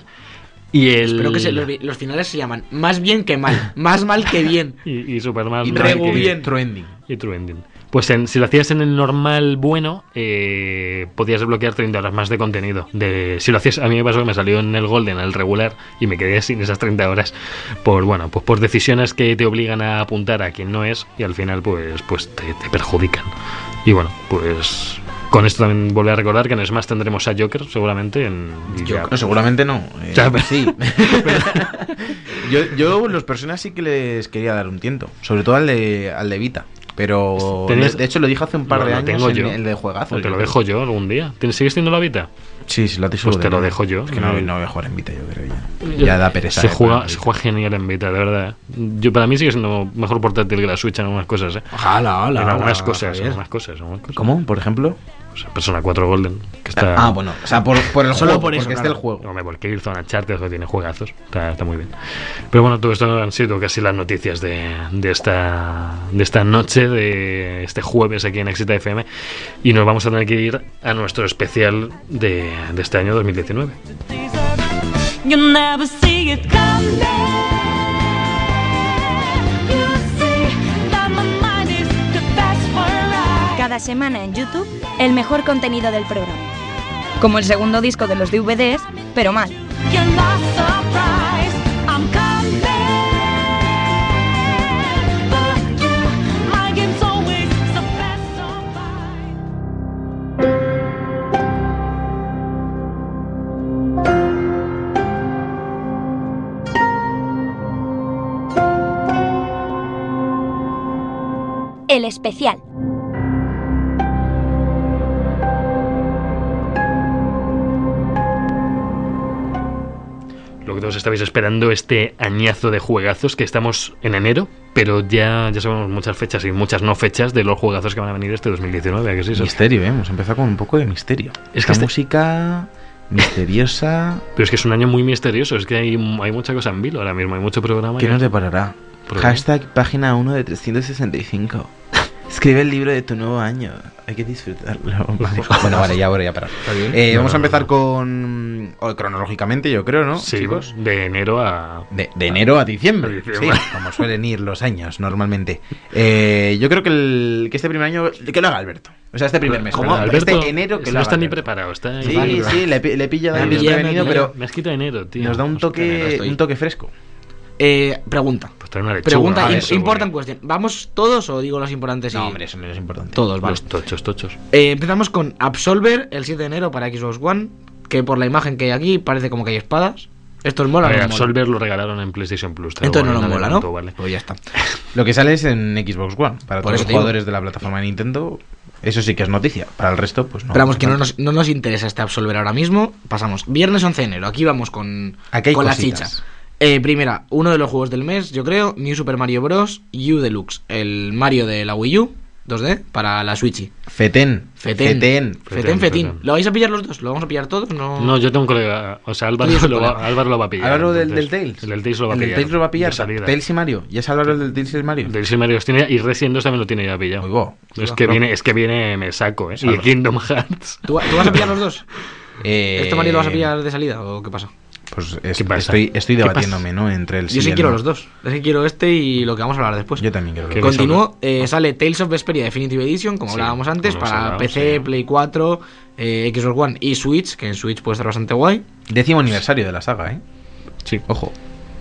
Speaker 2: Y el...
Speaker 4: Espero que se- los, los finales se llaman más bien que mal, más mal que bien.
Speaker 2: Y, y super mal.
Speaker 4: Y
Speaker 2: ¿no?
Speaker 4: regu
Speaker 2: Que-
Speaker 4: bien.
Speaker 3: Trending.
Speaker 2: Y True Ending. Pues en- si lo hacías en el normal bueno, eh, podías desbloquear 30 horas más de contenido. De, si lo hacías, a mí me pasó que me salió en el Golden, en el regular, y me quedé sin esas 30 horas. Por bueno, pues por decisiones que te obligan a apuntar a quien no es, y al final pues, pues te, te perjudican. Y bueno, pues Con esto también volver a recordar que en Smash tendremos a Joker, seguramente. En, y ya,
Speaker 3: No, seguramente no. eh,
Speaker 2: Ya, pero- <laughs>
Speaker 3: sí. <laughs> yo, yo los personas sí que les quería dar un tiento. Sobre todo al de, al de Vita. Pero
Speaker 2: Tenías-
Speaker 3: de, de hecho lo dije hace un par
Speaker 2: Lo-
Speaker 3: de
Speaker 2: lo
Speaker 3: años
Speaker 2: tengo
Speaker 3: en
Speaker 2: yo. Pues
Speaker 3: el de juegazo.
Speaker 2: te
Speaker 3: yo
Speaker 2: lo
Speaker 3: creo.
Speaker 2: dejo yo algún día. ¿Tienes- ¿Sigues teniendo la Vita?
Speaker 3: Sí, sí, lo te
Speaker 2: Pues te lo dejo yo.
Speaker 3: Es que no, no voy a jugar en Vita, yo creo. Ya, ya da pereza.
Speaker 2: Se
Speaker 3: eh,
Speaker 2: juega,
Speaker 3: para
Speaker 2: se
Speaker 3: Vita.
Speaker 2: juega genial en Vita, de verdad. Yo, para mí sigue siendo mejor portátil que la Switch en algunas cosas. ¿eh?
Speaker 4: Ojalá,
Speaker 2: En
Speaker 4: ojalá.
Speaker 2: algunas
Speaker 4: ojalá,
Speaker 2: cosas, en
Speaker 4: Javier.
Speaker 2: algunas cosas, en algunas cosas.
Speaker 3: ¿Cómo? ¿Por ejemplo?
Speaker 2: O sea, Persona 4 Golden. Que está,
Speaker 3: Ah, bueno. O sea, por, por el
Speaker 4: Solo
Speaker 3: juego.
Speaker 4: por eso,
Speaker 3: porque es
Speaker 4: claro.
Speaker 3: del juego.
Speaker 2: Hombre, porque Killzone Uncharted que tiene juegazos. Está, está muy bien. Pero bueno, todo esto han sido casi las noticias de, de esta, de esta noche, de este jueves aquí en Exita FM. Y nos vamos a tener que ir a nuestro especial de, de este año 2019.
Speaker 6: You never see it coming. You see that my mind is the best for I.
Speaker 5: Cada semana en YouTube, el mejor contenido del programa. Como el segundo disco de los DVDs, pero mal.
Speaker 6: You're not surprised. I'm coming. But you, my game's always the best surprise.
Speaker 5: El especial.
Speaker 2: Lo que todos estabais esperando, este añazo de juegazos que estamos en enero, pero ya, ya sabemos muchas fechas y muchas no fechas de los juegazos que van a venir este 2019. ¿a que sí, Sas?
Speaker 3: Misterio, ¿eh? Hemos empezado con un poco de misterio.
Speaker 2: Es
Speaker 3: Es
Speaker 2: que
Speaker 3: que
Speaker 2: este-
Speaker 3: música misteriosa. <laughs>
Speaker 2: Pero es que es un año muy misterioso, es que hay, hay mucha cosa en vilo ahora mismo, hay mucho programa.
Speaker 3: ¿Qué
Speaker 2: que-
Speaker 3: nos deparará?
Speaker 2: Programa.
Speaker 3: Hashtag página 1 de 365. <laughs> Escribe el libro de tu nuevo año. Hay que disfrutarlo. <laughs> bueno, vale, ya, ahora ya para. Eh,
Speaker 2: No,
Speaker 3: vamos
Speaker 2: no,
Speaker 3: a empezar
Speaker 2: no.
Speaker 3: con. o, cronológicamente, yo creo, ¿no?
Speaker 2: Sí,
Speaker 3: chicos?
Speaker 2: de enero a...
Speaker 3: De, de enero a diciembre,
Speaker 2: A diciembre.
Speaker 3: Sí, <laughs> como suelen ir los años normalmente. Eh, yo creo que, el- que este primer año. que lo haga Alberto. O sea, este primer mes.
Speaker 2: Como
Speaker 3: perdón,
Speaker 2: Alberto,
Speaker 3: este enero que lo
Speaker 2: no
Speaker 3: haga
Speaker 2: está ni
Speaker 3: Alberto.
Speaker 2: preparado, está...
Speaker 3: Sí, Ah, sí, le, pi- le pilla
Speaker 4: Me
Speaker 3: de
Speaker 4: pilla,
Speaker 3: desprevenido,
Speaker 4: me
Speaker 3: pero
Speaker 2: Me has quitado enero, tío.
Speaker 3: nos da un
Speaker 2: Nos quita enero,
Speaker 3: toque,
Speaker 4: estoy.
Speaker 3: un toque fresco.
Speaker 4: Eh, pregunta.
Speaker 2: Pues trae una lechuga.
Speaker 4: Pregunta
Speaker 2: vale,
Speaker 4: im-
Speaker 2: seguro.
Speaker 4: important question. ¿Vamos todos o digo los importantes? y-
Speaker 3: No, hombre, eso no es importante.
Speaker 4: Todos, vale.
Speaker 2: Los tochos, tochos.
Speaker 4: Eh, empezamos con Absolver el 7 de enero para Xbox One. Que por la imagen que hay aquí parece como que hay espadas. Esto es mola,
Speaker 2: Eh, A
Speaker 4: o
Speaker 2: ver,
Speaker 4: no mola?
Speaker 2: Absolver lo regalaron en PlayStation Plus. te lo
Speaker 4: Entonces no
Speaker 2: guardo,
Speaker 4: nos mola,
Speaker 2: adelanto,
Speaker 4: ¿no?
Speaker 2: Vale.
Speaker 4: Pues ya está.
Speaker 3: Lo que sale es en Xbox One. Para todos
Speaker 4: Por eso
Speaker 3: los
Speaker 4: te digo.
Speaker 3: jugadores de la plataforma de Nintendo, eso sí que es noticia. Para el resto, pues no.
Speaker 4: Pero vamos, que no nos, no nos interesa este Absolver ahora mismo. Pasamos. Viernes 11 de enero. Aquí vamos con,
Speaker 3: Aquí hay
Speaker 4: con la
Speaker 3: cositas.
Speaker 4: chicha. Eh, primera, uno de los juegos del mes, yo creo. New Super Mario Bros. U Deluxe. El Mario de la Wii U 2D para la Switch.
Speaker 3: Feten.
Speaker 4: Fetén. Fetén,
Speaker 2: Fetén,
Speaker 4: Fetén.
Speaker 2: Fetén.
Speaker 4: ¿Lo vais a pillar los dos? ¿Lo vamos a pillar todos? No.
Speaker 2: Pues No, yo tengo un colega... O sea, Álvaro,
Speaker 4: Tú y yo,
Speaker 2: lo,
Speaker 4: colega.
Speaker 2: va, Álvaro lo va a pillar.
Speaker 3: Álvaro del, del
Speaker 2: entonces.
Speaker 3: Tails.
Speaker 2: El del Tails lo va a
Speaker 3: El del
Speaker 2: pillar.
Speaker 3: Tails lo va a
Speaker 2: de
Speaker 3: pillar.
Speaker 2: salida.
Speaker 3: Tails y Mario. Ya se Álvaro del Tails y el Mario.
Speaker 2: Del Silmarillion los tiene ya, y Resident 2 también lo tiene ya pillado.
Speaker 3: Muy bo.
Speaker 2: Es que viene, es que viene, me saco, ¿eh? Y Kingdom Hearts.
Speaker 4: ¿Tú, tú vas a pillar los dos?
Speaker 3: Eh,
Speaker 4: ¿Este Mario lo vas a pillar de salida o qué pasa?
Speaker 3: Pues es-
Speaker 2: ¿Qué pasa?
Speaker 3: estoy, estoy
Speaker 2: ¿Qué
Speaker 3: debatiéndome, ¿no? Entre el
Speaker 4: Yo sí
Speaker 3: el
Speaker 4: quiero
Speaker 3: no.
Speaker 4: los dos. Es que quiero este y lo que vamos a hablar después.
Speaker 3: Yo también quiero los
Speaker 2: ¿Qué?
Speaker 3: dos.
Speaker 4: Continúo, eh, sale Tales of Vesperia Definitive Edition, como
Speaker 2: Sí,
Speaker 4: hablábamos antes,
Speaker 2: como hemos
Speaker 4: para
Speaker 2: hablado,
Speaker 4: PC,
Speaker 2: sí.
Speaker 4: Play 4, eh, Xbox One y Switch, que en Switch puede estar bastante guay.
Speaker 3: Décimo aniversario de la saga, ¿eh?
Speaker 2: Sí.
Speaker 3: Ojo.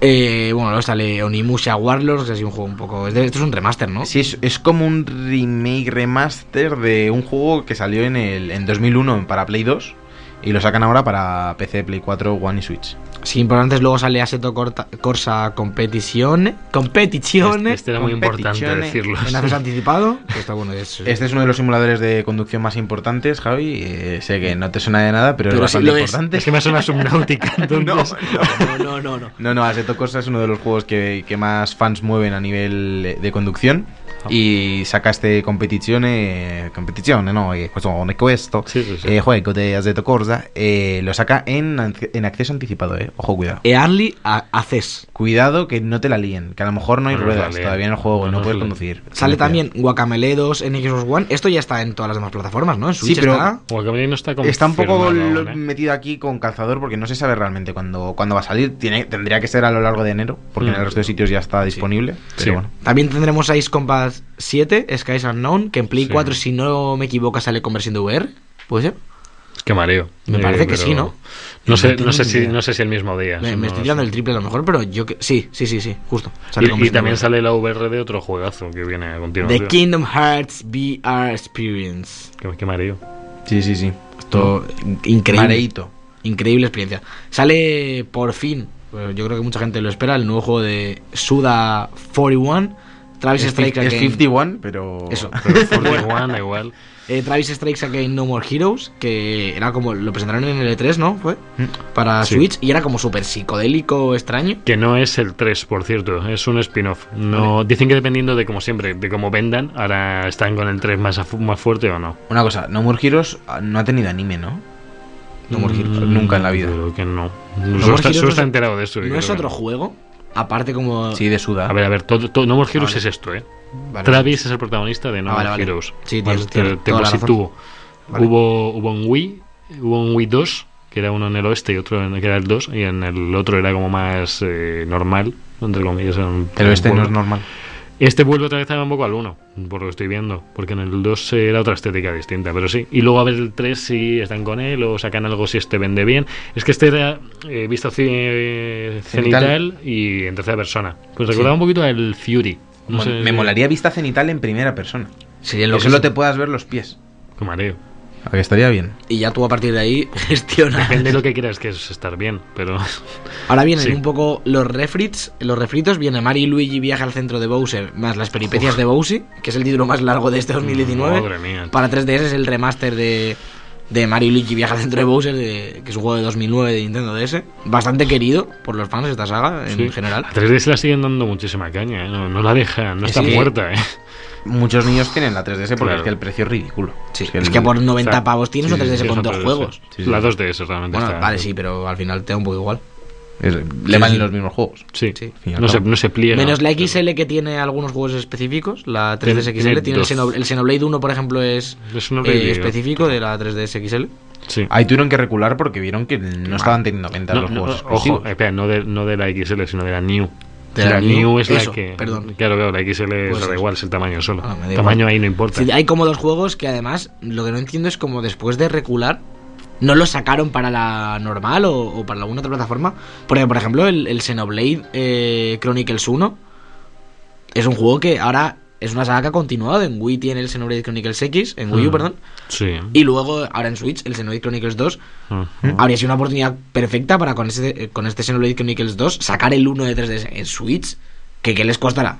Speaker 4: Eh, bueno, luego sale Onimusha Warlords, que es un juego un poco... es de- Esto es un remaster, ¿no?
Speaker 3: Sí, es, es como un remake remaster de un juego que salió en el en 2001 para Play 2 y lo sacan ahora para PC, Play 4, One y Switch.
Speaker 4: Sí, importantes. Luego sale Assetto Corta- Corsa Competizione.
Speaker 2: Este,
Speaker 4: Competizione.
Speaker 2: este era muy importante
Speaker 3: Competizione.
Speaker 2: decirlo.
Speaker 4: En acceso anticipado. que está bueno. Es,
Speaker 3: <laughs> Este es uno de los simuladores de conducción más importantes, Javi. Eh, sé que no te suena de nada, pero,
Speaker 4: Pero
Speaker 3: es
Speaker 4: sí
Speaker 3: bastante
Speaker 4: lo es.
Speaker 2: <laughs>
Speaker 3: importante.
Speaker 2: Es que
Speaker 3: <laughs>
Speaker 2: me suena subnáutica, entonces.
Speaker 4: No, no, no. no.
Speaker 3: No, no, Assetto Corsa es uno de los juegos que, que más fans mueven a nivel eh, de conducción. Y saca este competizione, competizione, no, eh, questo, non è questo,
Speaker 2: Sí, sí, sí.
Speaker 3: eh, juego de Assetto Corsa, eh, lo saca en, anci- en acceso anticipado, eh. Ojo, cuidado.
Speaker 4: Early a- Access.
Speaker 3: Cuidado que no te la líen, que a lo mejor no hay
Speaker 2: No nos la
Speaker 3: ruedas
Speaker 2: líen.
Speaker 3: todavía en el
Speaker 2: No
Speaker 3: juego, no,
Speaker 2: nos
Speaker 3: puedes
Speaker 2: la-
Speaker 3: conducir.
Speaker 4: Sale
Speaker 3: Ten cuidado.
Speaker 4: también Guacamele 2 en Xbox One. Esto ya está en todas las demás plataformas, ¿no? En Switch
Speaker 3: pero-
Speaker 4: está.
Speaker 2: Guacamole no está
Speaker 3: Está un poco
Speaker 2: confirmado
Speaker 3: lo-
Speaker 2: aún, ¿eh?
Speaker 3: metido aquí con calzador porque no se sabe realmente cuándo, cuándo va a salir. Tiene, tendría que ser a lo largo de enero, porque
Speaker 2: Mm.
Speaker 3: en el resto de sitios ya está disponible. Pero
Speaker 2: Sí.
Speaker 3: bueno.
Speaker 4: También tendremos Ice Combat 7, Skies Unknown, que en Play
Speaker 2: Sí.
Speaker 4: 4, si no me equivoco, sale con versión de VR. ¿Puede ser?
Speaker 2: Es que mareo.
Speaker 4: Me
Speaker 2: Eh,
Speaker 4: parece que
Speaker 2: pero
Speaker 4: sí, ¿no?
Speaker 2: No sé,
Speaker 4: No
Speaker 2: no,
Speaker 4: tengo
Speaker 2: sé
Speaker 4: ni
Speaker 2: si,
Speaker 4: idea.
Speaker 2: no sé si el mismo día.
Speaker 4: Me,
Speaker 2: si
Speaker 4: me
Speaker 2: no
Speaker 4: estoy
Speaker 2: sé.
Speaker 4: tirando el triple a lo mejor, pero yo que... Sí, sí, sí, sí, justo. Sale
Speaker 2: Y,
Speaker 4: con
Speaker 2: y
Speaker 4: versión de
Speaker 2: también
Speaker 4: VR.
Speaker 2: sale la VR de otro juegazo que viene a
Speaker 4: The
Speaker 2: continuación.
Speaker 4: Kingdom Hearts VR Experience.
Speaker 3: <laughs>
Speaker 2: Qué, qué mareo.
Speaker 3: Sí, sí, sí.
Speaker 4: Esto, in- increíble.
Speaker 3: Mareito.
Speaker 4: Increíble experiencia. Sale por fin, bueno, yo creo que mucha gente lo espera, el nuevo juego de Suda 41, Travis
Speaker 3: Es,
Speaker 4: Strikes
Speaker 3: es
Speaker 4: Again.
Speaker 3: 51, pero.
Speaker 4: Eso.
Speaker 2: <laughs> Pero 41 da igual.
Speaker 4: Eh, Travis Strikes Again No More Heroes, que era como, lo presentaron en el E3, ¿no? Fue
Speaker 3: Mm.
Speaker 4: para
Speaker 2: Sí.
Speaker 4: Switch y era como súper psicodélico, extraño.
Speaker 2: Que no es el 3, por cierto, es un spin-off. No, Dicen que dependiendo de como siempre, de cómo vendan, ahora están con el 3 más, a fu- más fuerte o no.
Speaker 3: Una cosa, No More Heroes ah, no ha tenido anime, ¿no? No More Heroes.
Speaker 2: Mm,
Speaker 3: Nunca en la vida.
Speaker 2: Creo que no.
Speaker 4: More
Speaker 2: Solo está,
Speaker 4: Heroes
Speaker 2: solo
Speaker 4: no
Speaker 2: está
Speaker 4: es-
Speaker 2: enterado de eso. yo
Speaker 4: No es
Speaker 2: creo que
Speaker 4: otro juego, aparte como...
Speaker 3: Sí, de Suda.
Speaker 2: Mm. A ver, a ver, todo, todo- No More Heroes
Speaker 4: Vale.
Speaker 2: es esto, ¿eh?
Speaker 4: Vale.
Speaker 2: Travis es el protagonista de No
Speaker 4: Ah,
Speaker 2: More
Speaker 4: vale, vale.
Speaker 2: Heroes.
Speaker 4: Sí, tienes-
Speaker 2: te-
Speaker 4: tienes
Speaker 2: te
Speaker 4: toda la
Speaker 2: positúo.
Speaker 4: Vale.
Speaker 2: Hubo, hubo un Wii, hubo un Wii 2, que era uno en el oeste y otro en, que era el 2, y en el otro era como más eh, normal, entre comillas. era un-
Speaker 3: Pero este
Speaker 2: un
Speaker 3: no
Speaker 2: pueblo.
Speaker 3: es normal.
Speaker 2: Este vuelve otra vez a un poco al 1, por lo que estoy viendo, porque en el 2 era otra estética distinta, pero sí. Y luego a ver el 3 si están con él o sacan algo si este vende bien. Es que este era eh, vista ci- eh,
Speaker 3: Cenital.
Speaker 2: cenital y en tercera persona. Pues recordaba un poquito al Fury. No
Speaker 3: Bueno,
Speaker 2: sé- eh,
Speaker 3: me molaría vista cenital en primera persona.
Speaker 4: Sería
Speaker 3: Que
Speaker 4: lo que
Speaker 3: solo
Speaker 4: se-
Speaker 3: te puedas ver los pies.
Speaker 2: Qué mareo.
Speaker 3: A que estaría bien.
Speaker 4: Y ya tú a partir de ahí <laughs> gestionas.
Speaker 2: Depende de lo que quieras que es estar bien, pero <laughs>
Speaker 4: Ahora vienen
Speaker 2: Sí.
Speaker 4: un poco los refrits. Los refritos viene Mario y Luigi viaja al centro de Bowser, más las peripecias de Bowser, que es el título más largo de este 2019.
Speaker 2: Madre mía.
Speaker 4: Para 3DS es el remaster de, de Mario y Luigi viaja al centro de Bowser, de- que es un juego de 2009 de Nintendo DS. Bastante querido por los fans de esta saga en
Speaker 2: Sí.
Speaker 4: general.
Speaker 2: A 3D se la siguen dando muchísima caña, ¿eh? no, no la dejan, no
Speaker 3: Es
Speaker 2: está
Speaker 3: que-
Speaker 2: muerta. ¿eh?
Speaker 3: Muchos niños tienen la 3DS porque
Speaker 2: Claro.
Speaker 3: es que el precio es ridículo.
Speaker 4: Sí,
Speaker 3: el-
Speaker 4: es que por 90
Speaker 2: Exacto.
Speaker 4: pavos tienes
Speaker 3: Sí,
Speaker 4: un
Speaker 3: sí,
Speaker 4: 3DS
Speaker 3: sí,
Speaker 4: con
Speaker 2: son
Speaker 4: dos
Speaker 2: 3DS.
Speaker 4: juegos.
Speaker 3: Sí, sí.
Speaker 2: La 2DS realmente
Speaker 4: Bueno,
Speaker 2: está-
Speaker 4: vale, sí, pero al final te da un poco igual.
Speaker 3: es- le
Speaker 4: Sí,
Speaker 3: valen
Speaker 4: sí.
Speaker 3: los mismos juegos.
Speaker 2: Sí.
Speaker 4: Sí.
Speaker 3: fin y al
Speaker 2: No, se,
Speaker 3: cabo.
Speaker 2: no se pliega.
Speaker 4: Menos la
Speaker 2: Pero-
Speaker 4: XL que tiene algunos juegos específicos, la 3DS
Speaker 2: Tiene-
Speaker 4: XL, tiene, el,
Speaker 2: dos.
Speaker 4: Xenoblade, el Xenoblade 1, por ejemplo, es
Speaker 2: El Xenoblade,
Speaker 4: eh,
Speaker 2: ¿no?
Speaker 4: específico de la 3DS XL.
Speaker 2: Sí.
Speaker 3: Ahí tuvieron que recular porque vieron que no estaban teniendo ventas
Speaker 2: No,
Speaker 3: los
Speaker 2: no,
Speaker 3: juegos.
Speaker 2: ojo,
Speaker 3: exclusivos.
Speaker 2: espera, no de, no de la XL, sino de la New.
Speaker 4: De la New,
Speaker 2: es la
Speaker 4: eso,
Speaker 2: que.
Speaker 4: perdón.
Speaker 2: Claro, claro, la XL es
Speaker 4: Pues eso.
Speaker 2: da igual, es el tamaño solo.
Speaker 4: Ah, me da
Speaker 2: tamaño
Speaker 4: igual.
Speaker 2: ahí no importa.
Speaker 4: Sí, hay como dos juegos que además lo que no entiendo es como después de recular no los sacaron para la normal o, o para alguna otra plataforma. Porque, por ejemplo, el, el Xenoblade eh, Chronicles 1 es un juego que ahora es una saga que ha continuado. En Wii tiene el Xenoblade Chronicles X, en Wii U,
Speaker 2: Mm.
Speaker 4: perdón.
Speaker 2: Sí. ah.
Speaker 4: Y luego, ahora en Switch, el Xenoblade Chronicles 2
Speaker 2: Ujú.
Speaker 4: Habría sido una oportunidad perfecta para con, ese, eh, con este Xenoblade Chronicles 2 sacar el 1 de 3DS en Switch. Que, ¿Qué les costará?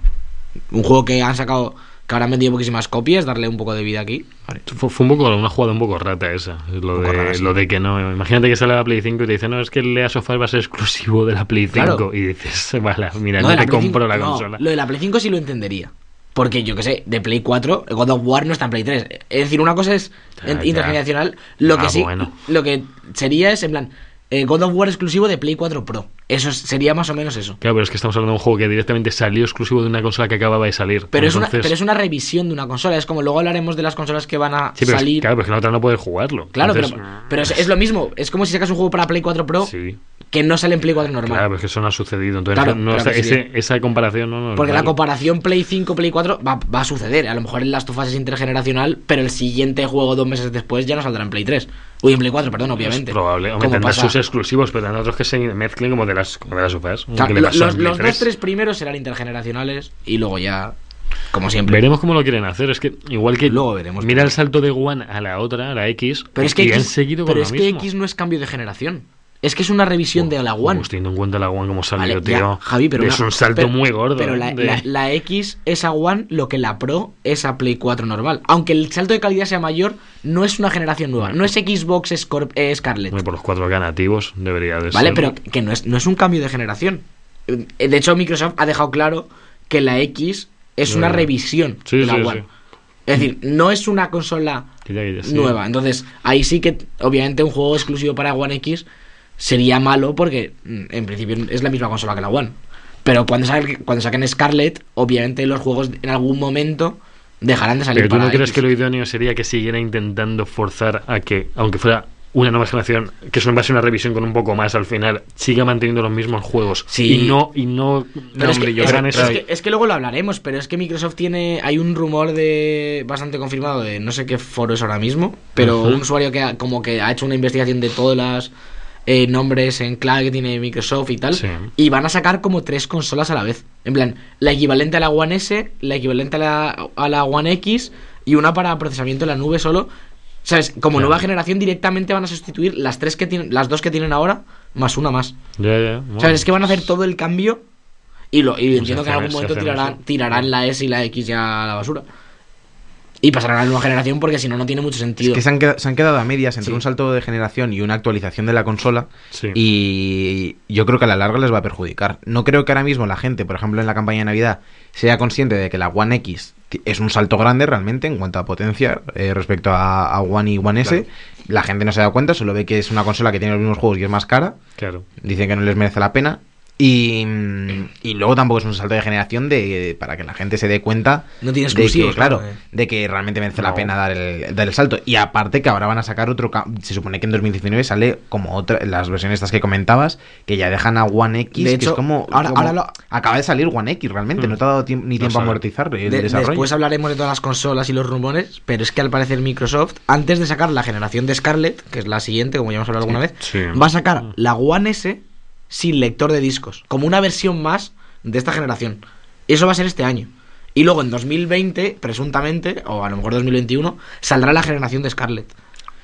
Speaker 4: Un juego que han sacado, que habrán vendido poquísimas copias, darle un poco de vida aquí.
Speaker 2: Fue, fue un poco una jugada un poco rata esa. Lo, de,
Speaker 4: rara, sí.
Speaker 2: lo de que no. Imagínate que sale la Play 5 y te dice, no, es que el Lea Sofás va a ser exclusivo de la Play 5.
Speaker 4: Claro.
Speaker 2: Y dices, <laughs> vale, mira,
Speaker 4: No,
Speaker 2: no,
Speaker 4: de la
Speaker 2: te
Speaker 4: Play
Speaker 2: compro
Speaker 4: 5
Speaker 2: la
Speaker 4: no,
Speaker 2: consola.
Speaker 4: lo de la Play 5 sí lo entendería. Porque yo que sé, de Play 4, God of War no está en Play 3. Es decir, una cosa es
Speaker 2: Ah, Ya,
Speaker 4: en-
Speaker 2: ya.
Speaker 4: intergeneracional. Lo
Speaker 2: Ah,
Speaker 4: que sí,
Speaker 2: bueno.
Speaker 4: lo que sería es en plan, eh, God of War exclusivo de Play 4 Pro. Eso es- sería más o menos eso.
Speaker 2: Claro, pero es que estamos hablando de un juego que directamente salió exclusivo de una consola que acababa de salir.
Speaker 4: Pero, es una,
Speaker 2: Entonces-
Speaker 4: pero es una revisión de una consola. Es como luego hablaremos de las consolas que van a
Speaker 2: Sí, pero es-
Speaker 4: salir.
Speaker 2: claro, pero es que la otra no puede jugarlo.
Speaker 4: Claro,
Speaker 2: Entonces, ah,
Speaker 4: pero, pero es, es lo mismo. Es como si sacas un juego para Play 4 Pro
Speaker 2: Sí.
Speaker 4: que no sale en Play 4 normal.
Speaker 2: Claro, pero es que eso no ha sucedido. Entonces,
Speaker 4: Claro,
Speaker 2: no,
Speaker 4: claro
Speaker 2: esa-
Speaker 4: que sí.
Speaker 2: ese- esa comparación no nos
Speaker 4: Porque la
Speaker 2: vale.
Speaker 4: comparación Play 5, Play 4 va, va a suceder. A lo mejor en las tu fase intergeneracional, pero el siguiente juego dos meses después ya no saldrá en Play 3. Uy, en Play 4, perdón, obviamente.
Speaker 2: Es Pues, probable. Hombre,
Speaker 4: Como
Speaker 2: tendrá
Speaker 4: pasa-
Speaker 2: sus exclusivos, pero tendrá otros que se mezclen como de las, como de las sofás.
Speaker 4: Claro,
Speaker 2: que le
Speaker 4: lo-
Speaker 2: pasó a
Speaker 4: los,
Speaker 2: Play
Speaker 4: los
Speaker 2: 3.
Speaker 4: dos tres primeros serán intergeneracionales y luego ya, como siempre.
Speaker 2: Veremos cómo lo quieren hacer. Es que igual que.
Speaker 4: Luego veremos.
Speaker 2: Mira el salto de One a la otra, a la X.
Speaker 4: Pero es que,
Speaker 2: y
Speaker 4: X,
Speaker 2: han seguido
Speaker 4: pero
Speaker 2: con
Speaker 4: es
Speaker 2: lo
Speaker 4: que
Speaker 2: mismo.
Speaker 4: X no es cambio de generación. Es que es una revisión de la One.
Speaker 2: Pues teniendo en cuenta la One como salió,
Speaker 4: Vale, ya,
Speaker 2: tío.
Speaker 4: Javi, pero
Speaker 2: es
Speaker 4: una-
Speaker 2: un salto
Speaker 4: pero-
Speaker 2: muy gordo.
Speaker 4: Pero la,
Speaker 2: de-
Speaker 4: la- la X es a One lo que la Pro es a Play 4 normal. Aunque el salto de calidad sea mayor, no es una generación nueva. No es Xbox Scorp- eh, Scarlett.
Speaker 2: Hombre, por los cuatro ganativos debería de
Speaker 4: Vale,
Speaker 2: ser.
Speaker 4: pero que no es, no es un cambio de generación. Eh, De hecho, Microsoft ha dejado claro que la X es
Speaker 2: Ya,
Speaker 4: una
Speaker 2: ya.
Speaker 4: revisión
Speaker 2: Sí,
Speaker 4: de la
Speaker 2: sí,
Speaker 4: One.
Speaker 2: sí.
Speaker 4: Es decir, no es una consola
Speaker 2: Que ya- que ya sí.
Speaker 4: nueva. Entonces, ahí sí que, obviamente, un juego exclusivo para One X sería malo porque, mm, en principio, es la misma consola que la One. Pero cuando saquen, cuando saquen Scarlet, obviamente los juegos en algún momento dejarán de salir
Speaker 2: Pero tú
Speaker 4: para
Speaker 2: no crees
Speaker 4: X.
Speaker 2: que lo idóneo sería que siguiera intentando forzar a que, aunque fuera una nueva generación, que eso va a ser una revisión con un poco más al final, siga manteniendo los mismos juegos.
Speaker 4: Sí.
Speaker 2: Y no, y no,
Speaker 4: Pero
Speaker 2: no,
Speaker 4: es,
Speaker 2: hombre,
Speaker 4: que,
Speaker 2: yo
Speaker 4: es-
Speaker 2: gran
Speaker 4: es
Speaker 2: eso-
Speaker 4: que- es que luego lo hablaremos, pero es que Microsoft tiene. Hay un rumor de bastante confirmado de no sé qué foro es ahora mismo, pero
Speaker 2: Ujú.
Speaker 4: un usuario que ha, como que ha hecho una investigación de todas las eh, nombres en clave que tiene Microsoft y tal,
Speaker 2: Sí.
Speaker 4: y van a sacar como tres consolas a la vez. En plan, la equivalente a la One S, la equivalente a la, a la One X y una para procesamiento en la nube solo. ¿Sabes? Como
Speaker 2: Ya.
Speaker 4: nueva generación directamente van a sustituir las tres que tienen, las dos que tienen ahora, más una más.
Speaker 2: Ya, ya. bueno.
Speaker 4: ¿Sabes? Es que van a hacer todo el cambio y, lo, y
Speaker 2: Pues
Speaker 4: entiendo que en
Speaker 2: hacen-
Speaker 4: algún momento
Speaker 2: hacen
Speaker 4: tirarán,
Speaker 2: eso.
Speaker 4: tirarán la S y la X ya a la basura. Y pasarán a la nueva generación porque si no, no tiene mucho
Speaker 3: Es
Speaker 4: sentido.
Speaker 3: que se han, queda- se han quedado a medias entre
Speaker 4: Sí.
Speaker 3: un salto de generación y una actualización de la consola.
Speaker 2: Sí.
Speaker 3: Y yo creo que a la larga les va a perjudicar. No creo que ahora mismo la gente, por ejemplo, en la campaña de Navidad, sea consciente de que la One X ti- es un salto grande realmente en cuanto a potencia eh, respecto a, a One y One S. La gente no se da cuenta, solo ve que es una consola que tiene los mismos juegos y es más cara.
Speaker 2: Claro.
Speaker 3: Dicen que no les merece la pena. Y, mm, y luego tampoco es un salto de generación de para que la gente se dé cuenta
Speaker 4: No tiene
Speaker 3: de que,
Speaker 4: exclusivos,
Speaker 3: claro,
Speaker 4: claro, eh.
Speaker 3: de que realmente merece la
Speaker 2: No.
Speaker 3: pena dar el, dar el salto. Y aparte que ahora van a sacar otro... ca- Se supone que en 2019 sale como otra las versiones estas que comentabas, que ya dejan a One X,
Speaker 4: De
Speaker 3: que
Speaker 4: hecho,
Speaker 3: es como...
Speaker 4: ahora-
Speaker 3: como-
Speaker 4: ahora lo-
Speaker 3: Acaba de salir One X realmente,
Speaker 2: Hmm.
Speaker 3: no te ha dado tiemp- ni
Speaker 2: No
Speaker 3: tiempo a
Speaker 2: sabe.
Speaker 3: amortizar el
Speaker 4: De-
Speaker 3: desarrollo.
Speaker 4: después hablaremos de todas las consolas y los rumores, pero es que al parecer Microsoft, antes de sacar la generación de Scarlett, que es la siguiente, como ya hemos hablado alguna vez,
Speaker 2: Sí.
Speaker 4: va a sacar la One S sin lector de discos, como una versión más de esta generación. Y eso va a ser este año. Y luego en 2020, presuntamente, o a lo mejor 2021, saldrá la generación de Scarlett.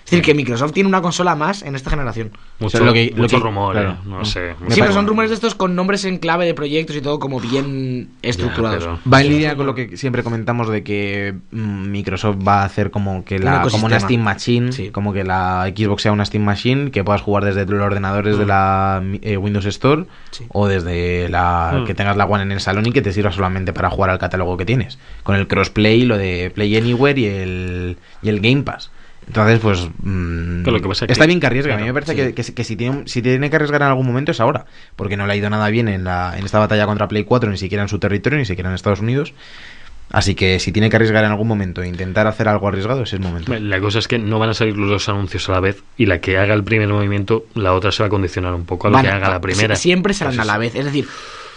Speaker 4: Es decir, que Microsoft tiene una consola más en esta generación.
Speaker 2: Mm. Mucho,
Speaker 3: O sea, lo que- lo
Speaker 2: mucho
Speaker 3: que-
Speaker 2: rumor,
Speaker 3: claro.
Speaker 2: eh, no sé.
Speaker 3: Me
Speaker 4: Sí, pero
Speaker 3: parece-
Speaker 4: son rumores de estos con nombres en clave de proyectos y todo como bien estructurados.
Speaker 2: pero-
Speaker 3: Va en línea con lo que siempre comentamos de que mm, Microsoft va a hacer como que
Speaker 4: Un
Speaker 3: la
Speaker 4: ecosistema.
Speaker 3: como una Steam Machine,
Speaker 4: Sí.
Speaker 3: como que la Xbox sea una Steam Machine que puedas jugar desde los ordenadores
Speaker 4: Hmm.
Speaker 3: de la eh, Windows Store
Speaker 4: Sí.
Speaker 3: o desde la
Speaker 2: Mm.
Speaker 3: que tengas la One en el salón y que te sirva solamente para jugar al catálogo que tienes, con el crossplay, lo de Play Anywhere y el y el Game Pass. Entonces, pues mm,
Speaker 2: Que lo que pasa que-
Speaker 3: está bien que arriesgue. a mí me
Speaker 2: claro,
Speaker 3: parece
Speaker 4: sí.
Speaker 3: que, que- que si, tiene, si tiene que arriesgar en algún momento es ahora, porque no le ha ido nada bien en, la, en esta batalla contra Play 4, ni siquiera en su territorio, ni siquiera en Estados Unidos. Así que si tiene que arriesgar en algún momento e intentar hacer algo arriesgado, ese es el momento.
Speaker 2: La cosa es que no van a salir los dos anuncios a la vez y la que haga el primer movimiento, la otra se va a condicionar un poco a lo
Speaker 4: Van
Speaker 2: que
Speaker 4: a-
Speaker 2: haga la primera.
Speaker 4: si- Siempre serán a
Speaker 2: Entonces,
Speaker 4: la vez. Es decir,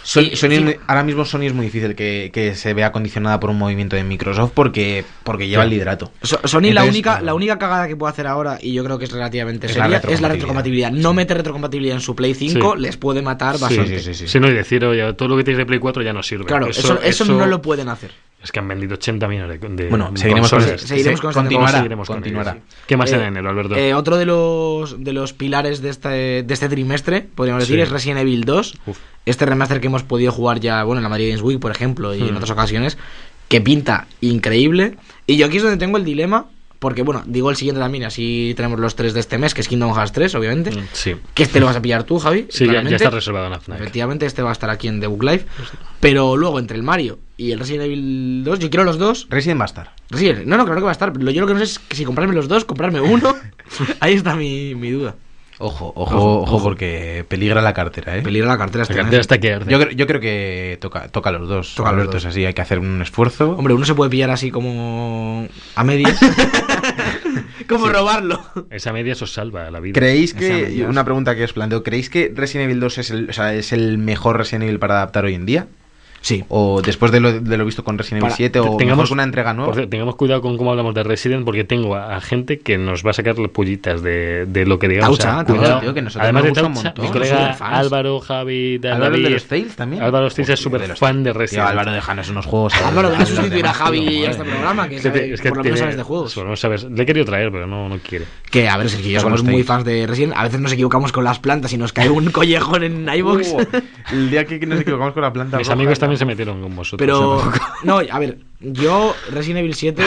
Speaker 3: Son-
Speaker 4: sí,
Speaker 3: Sony
Speaker 4: sí.
Speaker 3: es muy- ahora mismo Sony es muy difícil que, que se vea condicionada por un movimiento de Microsoft porque, porque lleva el liderato.
Speaker 4: So- Sony la
Speaker 3: Entonces,
Speaker 4: única
Speaker 3: claro.
Speaker 4: la única cagada que puede hacer ahora y yo creo que es relativamente
Speaker 3: Es la
Speaker 4: seria es la
Speaker 3: retrocompatibilidad.
Speaker 4: retrocompatibilidad. No meter retrocompatibilidad en su Play 5
Speaker 2: Sí.
Speaker 4: les puede matar
Speaker 2: Sí,
Speaker 4: bastante.
Speaker 3: sí, sí.
Speaker 2: Si no, y decir, oye, todo lo que tienes de Play 4 ya no sirve.
Speaker 4: Claro, eso, eso no lo pueden hacer.
Speaker 2: Es que han vendido 80 millones de. de
Speaker 3: Bueno, seguiremos con,
Speaker 2: consolas.
Speaker 4: eso. Seguiremos
Speaker 3: se-
Speaker 4: con este tema.
Speaker 3: continuará,
Speaker 2: Seguiremos con
Speaker 3: continuará.
Speaker 2: ello, sí. ¿Qué más en
Speaker 4: Eh,
Speaker 2: enero, Alberto?
Speaker 4: eh, otro de los de los pilares de este, de este trimestre, podríamos decir,
Speaker 2: Sí.
Speaker 4: es Resident Evil 2.
Speaker 2: Uf.
Speaker 4: Este remaster que hemos podido jugar ya, bueno, en la Madrid Games Week, por ejemplo, y en
Speaker 2: Mm.
Speaker 4: otras ocasiones, que pinta increíble. Y yo aquí es donde tengo el dilema, porque bueno, digo el siguiente también, así tenemos los tres de este mes, que es Kingdom Hearts 3, obviamente.
Speaker 2: Mm, sí,
Speaker 4: Que este lo vas a pillar tú, Javi.
Speaker 2: sí ya- ya,
Speaker 4: claramente.
Speaker 2: está reservado en la FNAC.
Speaker 4: Efectivamente, este va a estar aquí en The Book Live. Pero luego, entre el Mario y el Resident Evil 2, yo quiero los dos.
Speaker 3: Resident va a estar.
Speaker 4: Resident- no, no, claro que va a estar. Lo- Yo lo que no sé es que si comprarme los dos, comprarme <laughs> uno. Ahí está mi, mi duda.
Speaker 3: Ojo, ojo, ojo,
Speaker 4: Ojo,
Speaker 3: porque peligra la cartera, ¿eh?
Speaker 4: Peligro la cartera.
Speaker 2: La
Speaker 4: este
Speaker 2: cartera
Speaker 4: mes.
Speaker 2: está que arde.
Speaker 3: Yo, creo- yo creo que toca, toca los dos.
Speaker 4: Toca los
Speaker 3: Alberto,
Speaker 4: dos.
Speaker 3: es así, hay que hacer un esfuerzo.
Speaker 4: Hombre, uno se puede pillar así como a medias. <laughs> como robarlo.
Speaker 2: Esa media eso salva la vida.
Speaker 3: ¿Creéis
Speaker 4: Esa
Speaker 3: que,
Speaker 4: medida.
Speaker 3: una pregunta que os planteo, ¿creéis que Resident Evil 2 es el, o sea, es el mejor Resident Evil para adaptar hoy en día?
Speaker 4: Sí.
Speaker 3: ¿O después de lo, de lo visto con Resident Evil
Speaker 4: Para-
Speaker 3: 7 o tengamos una entrega nueva?
Speaker 2: por cierto, tengamos cuidado con cómo hablamos de Resident, porque tengo a, a gente que nos va a sacar las pollitas de, de lo que digamos.
Speaker 4: Taucha,
Speaker 2: o sea,
Speaker 4: Taucha,
Speaker 2: cuidado.
Speaker 3: tío, que nosotros
Speaker 2: Además
Speaker 3: nos
Speaker 2: de
Speaker 3: gusta un
Speaker 2: Taucha,
Speaker 3: montón,
Speaker 2: mi
Speaker 3: somos
Speaker 2: colega
Speaker 4: superfans.
Speaker 2: Álvaro, Javi, Dan,
Speaker 3: Álvaro de
Speaker 2: David,
Speaker 3: los Tales también.
Speaker 2: Álvaro de los Tales es
Speaker 3: Hostia,
Speaker 2: súper
Speaker 3: los
Speaker 2: fan
Speaker 3: Tales.
Speaker 2: de
Speaker 3: Tío,
Speaker 2: Resident.
Speaker 3: Álvaro, déjanos unos juegos.
Speaker 4: Álvaro, ven a
Speaker 3: los
Speaker 4: sustituir a
Speaker 3: demás, tío,
Speaker 4: Javi en este
Speaker 3: madre.
Speaker 4: programa, que,
Speaker 2: Es que
Speaker 4: sabe-
Speaker 2: te- es que
Speaker 4: por lo menos
Speaker 2: tiene-
Speaker 4: sabes de juegos.
Speaker 2: bueno, sabes, le he querido traer, pero no, no quiere.
Speaker 4: Que a ver, Sergio, y
Speaker 3: Ya
Speaker 4: yo somos
Speaker 3: conocéis.
Speaker 4: muy fans de Resident. A veces nos equivocamos con las plantas y nos cae un collejón en iBox.
Speaker 3: Uh, el día que nos equivocamos con la planta.
Speaker 2: Mis
Speaker 3: roja,
Speaker 2: amigos
Speaker 3: ¿no?
Speaker 2: también se metieron con vosotros.
Speaker 4: <laughs> Pero, no, a ver, yo Resident Evil 7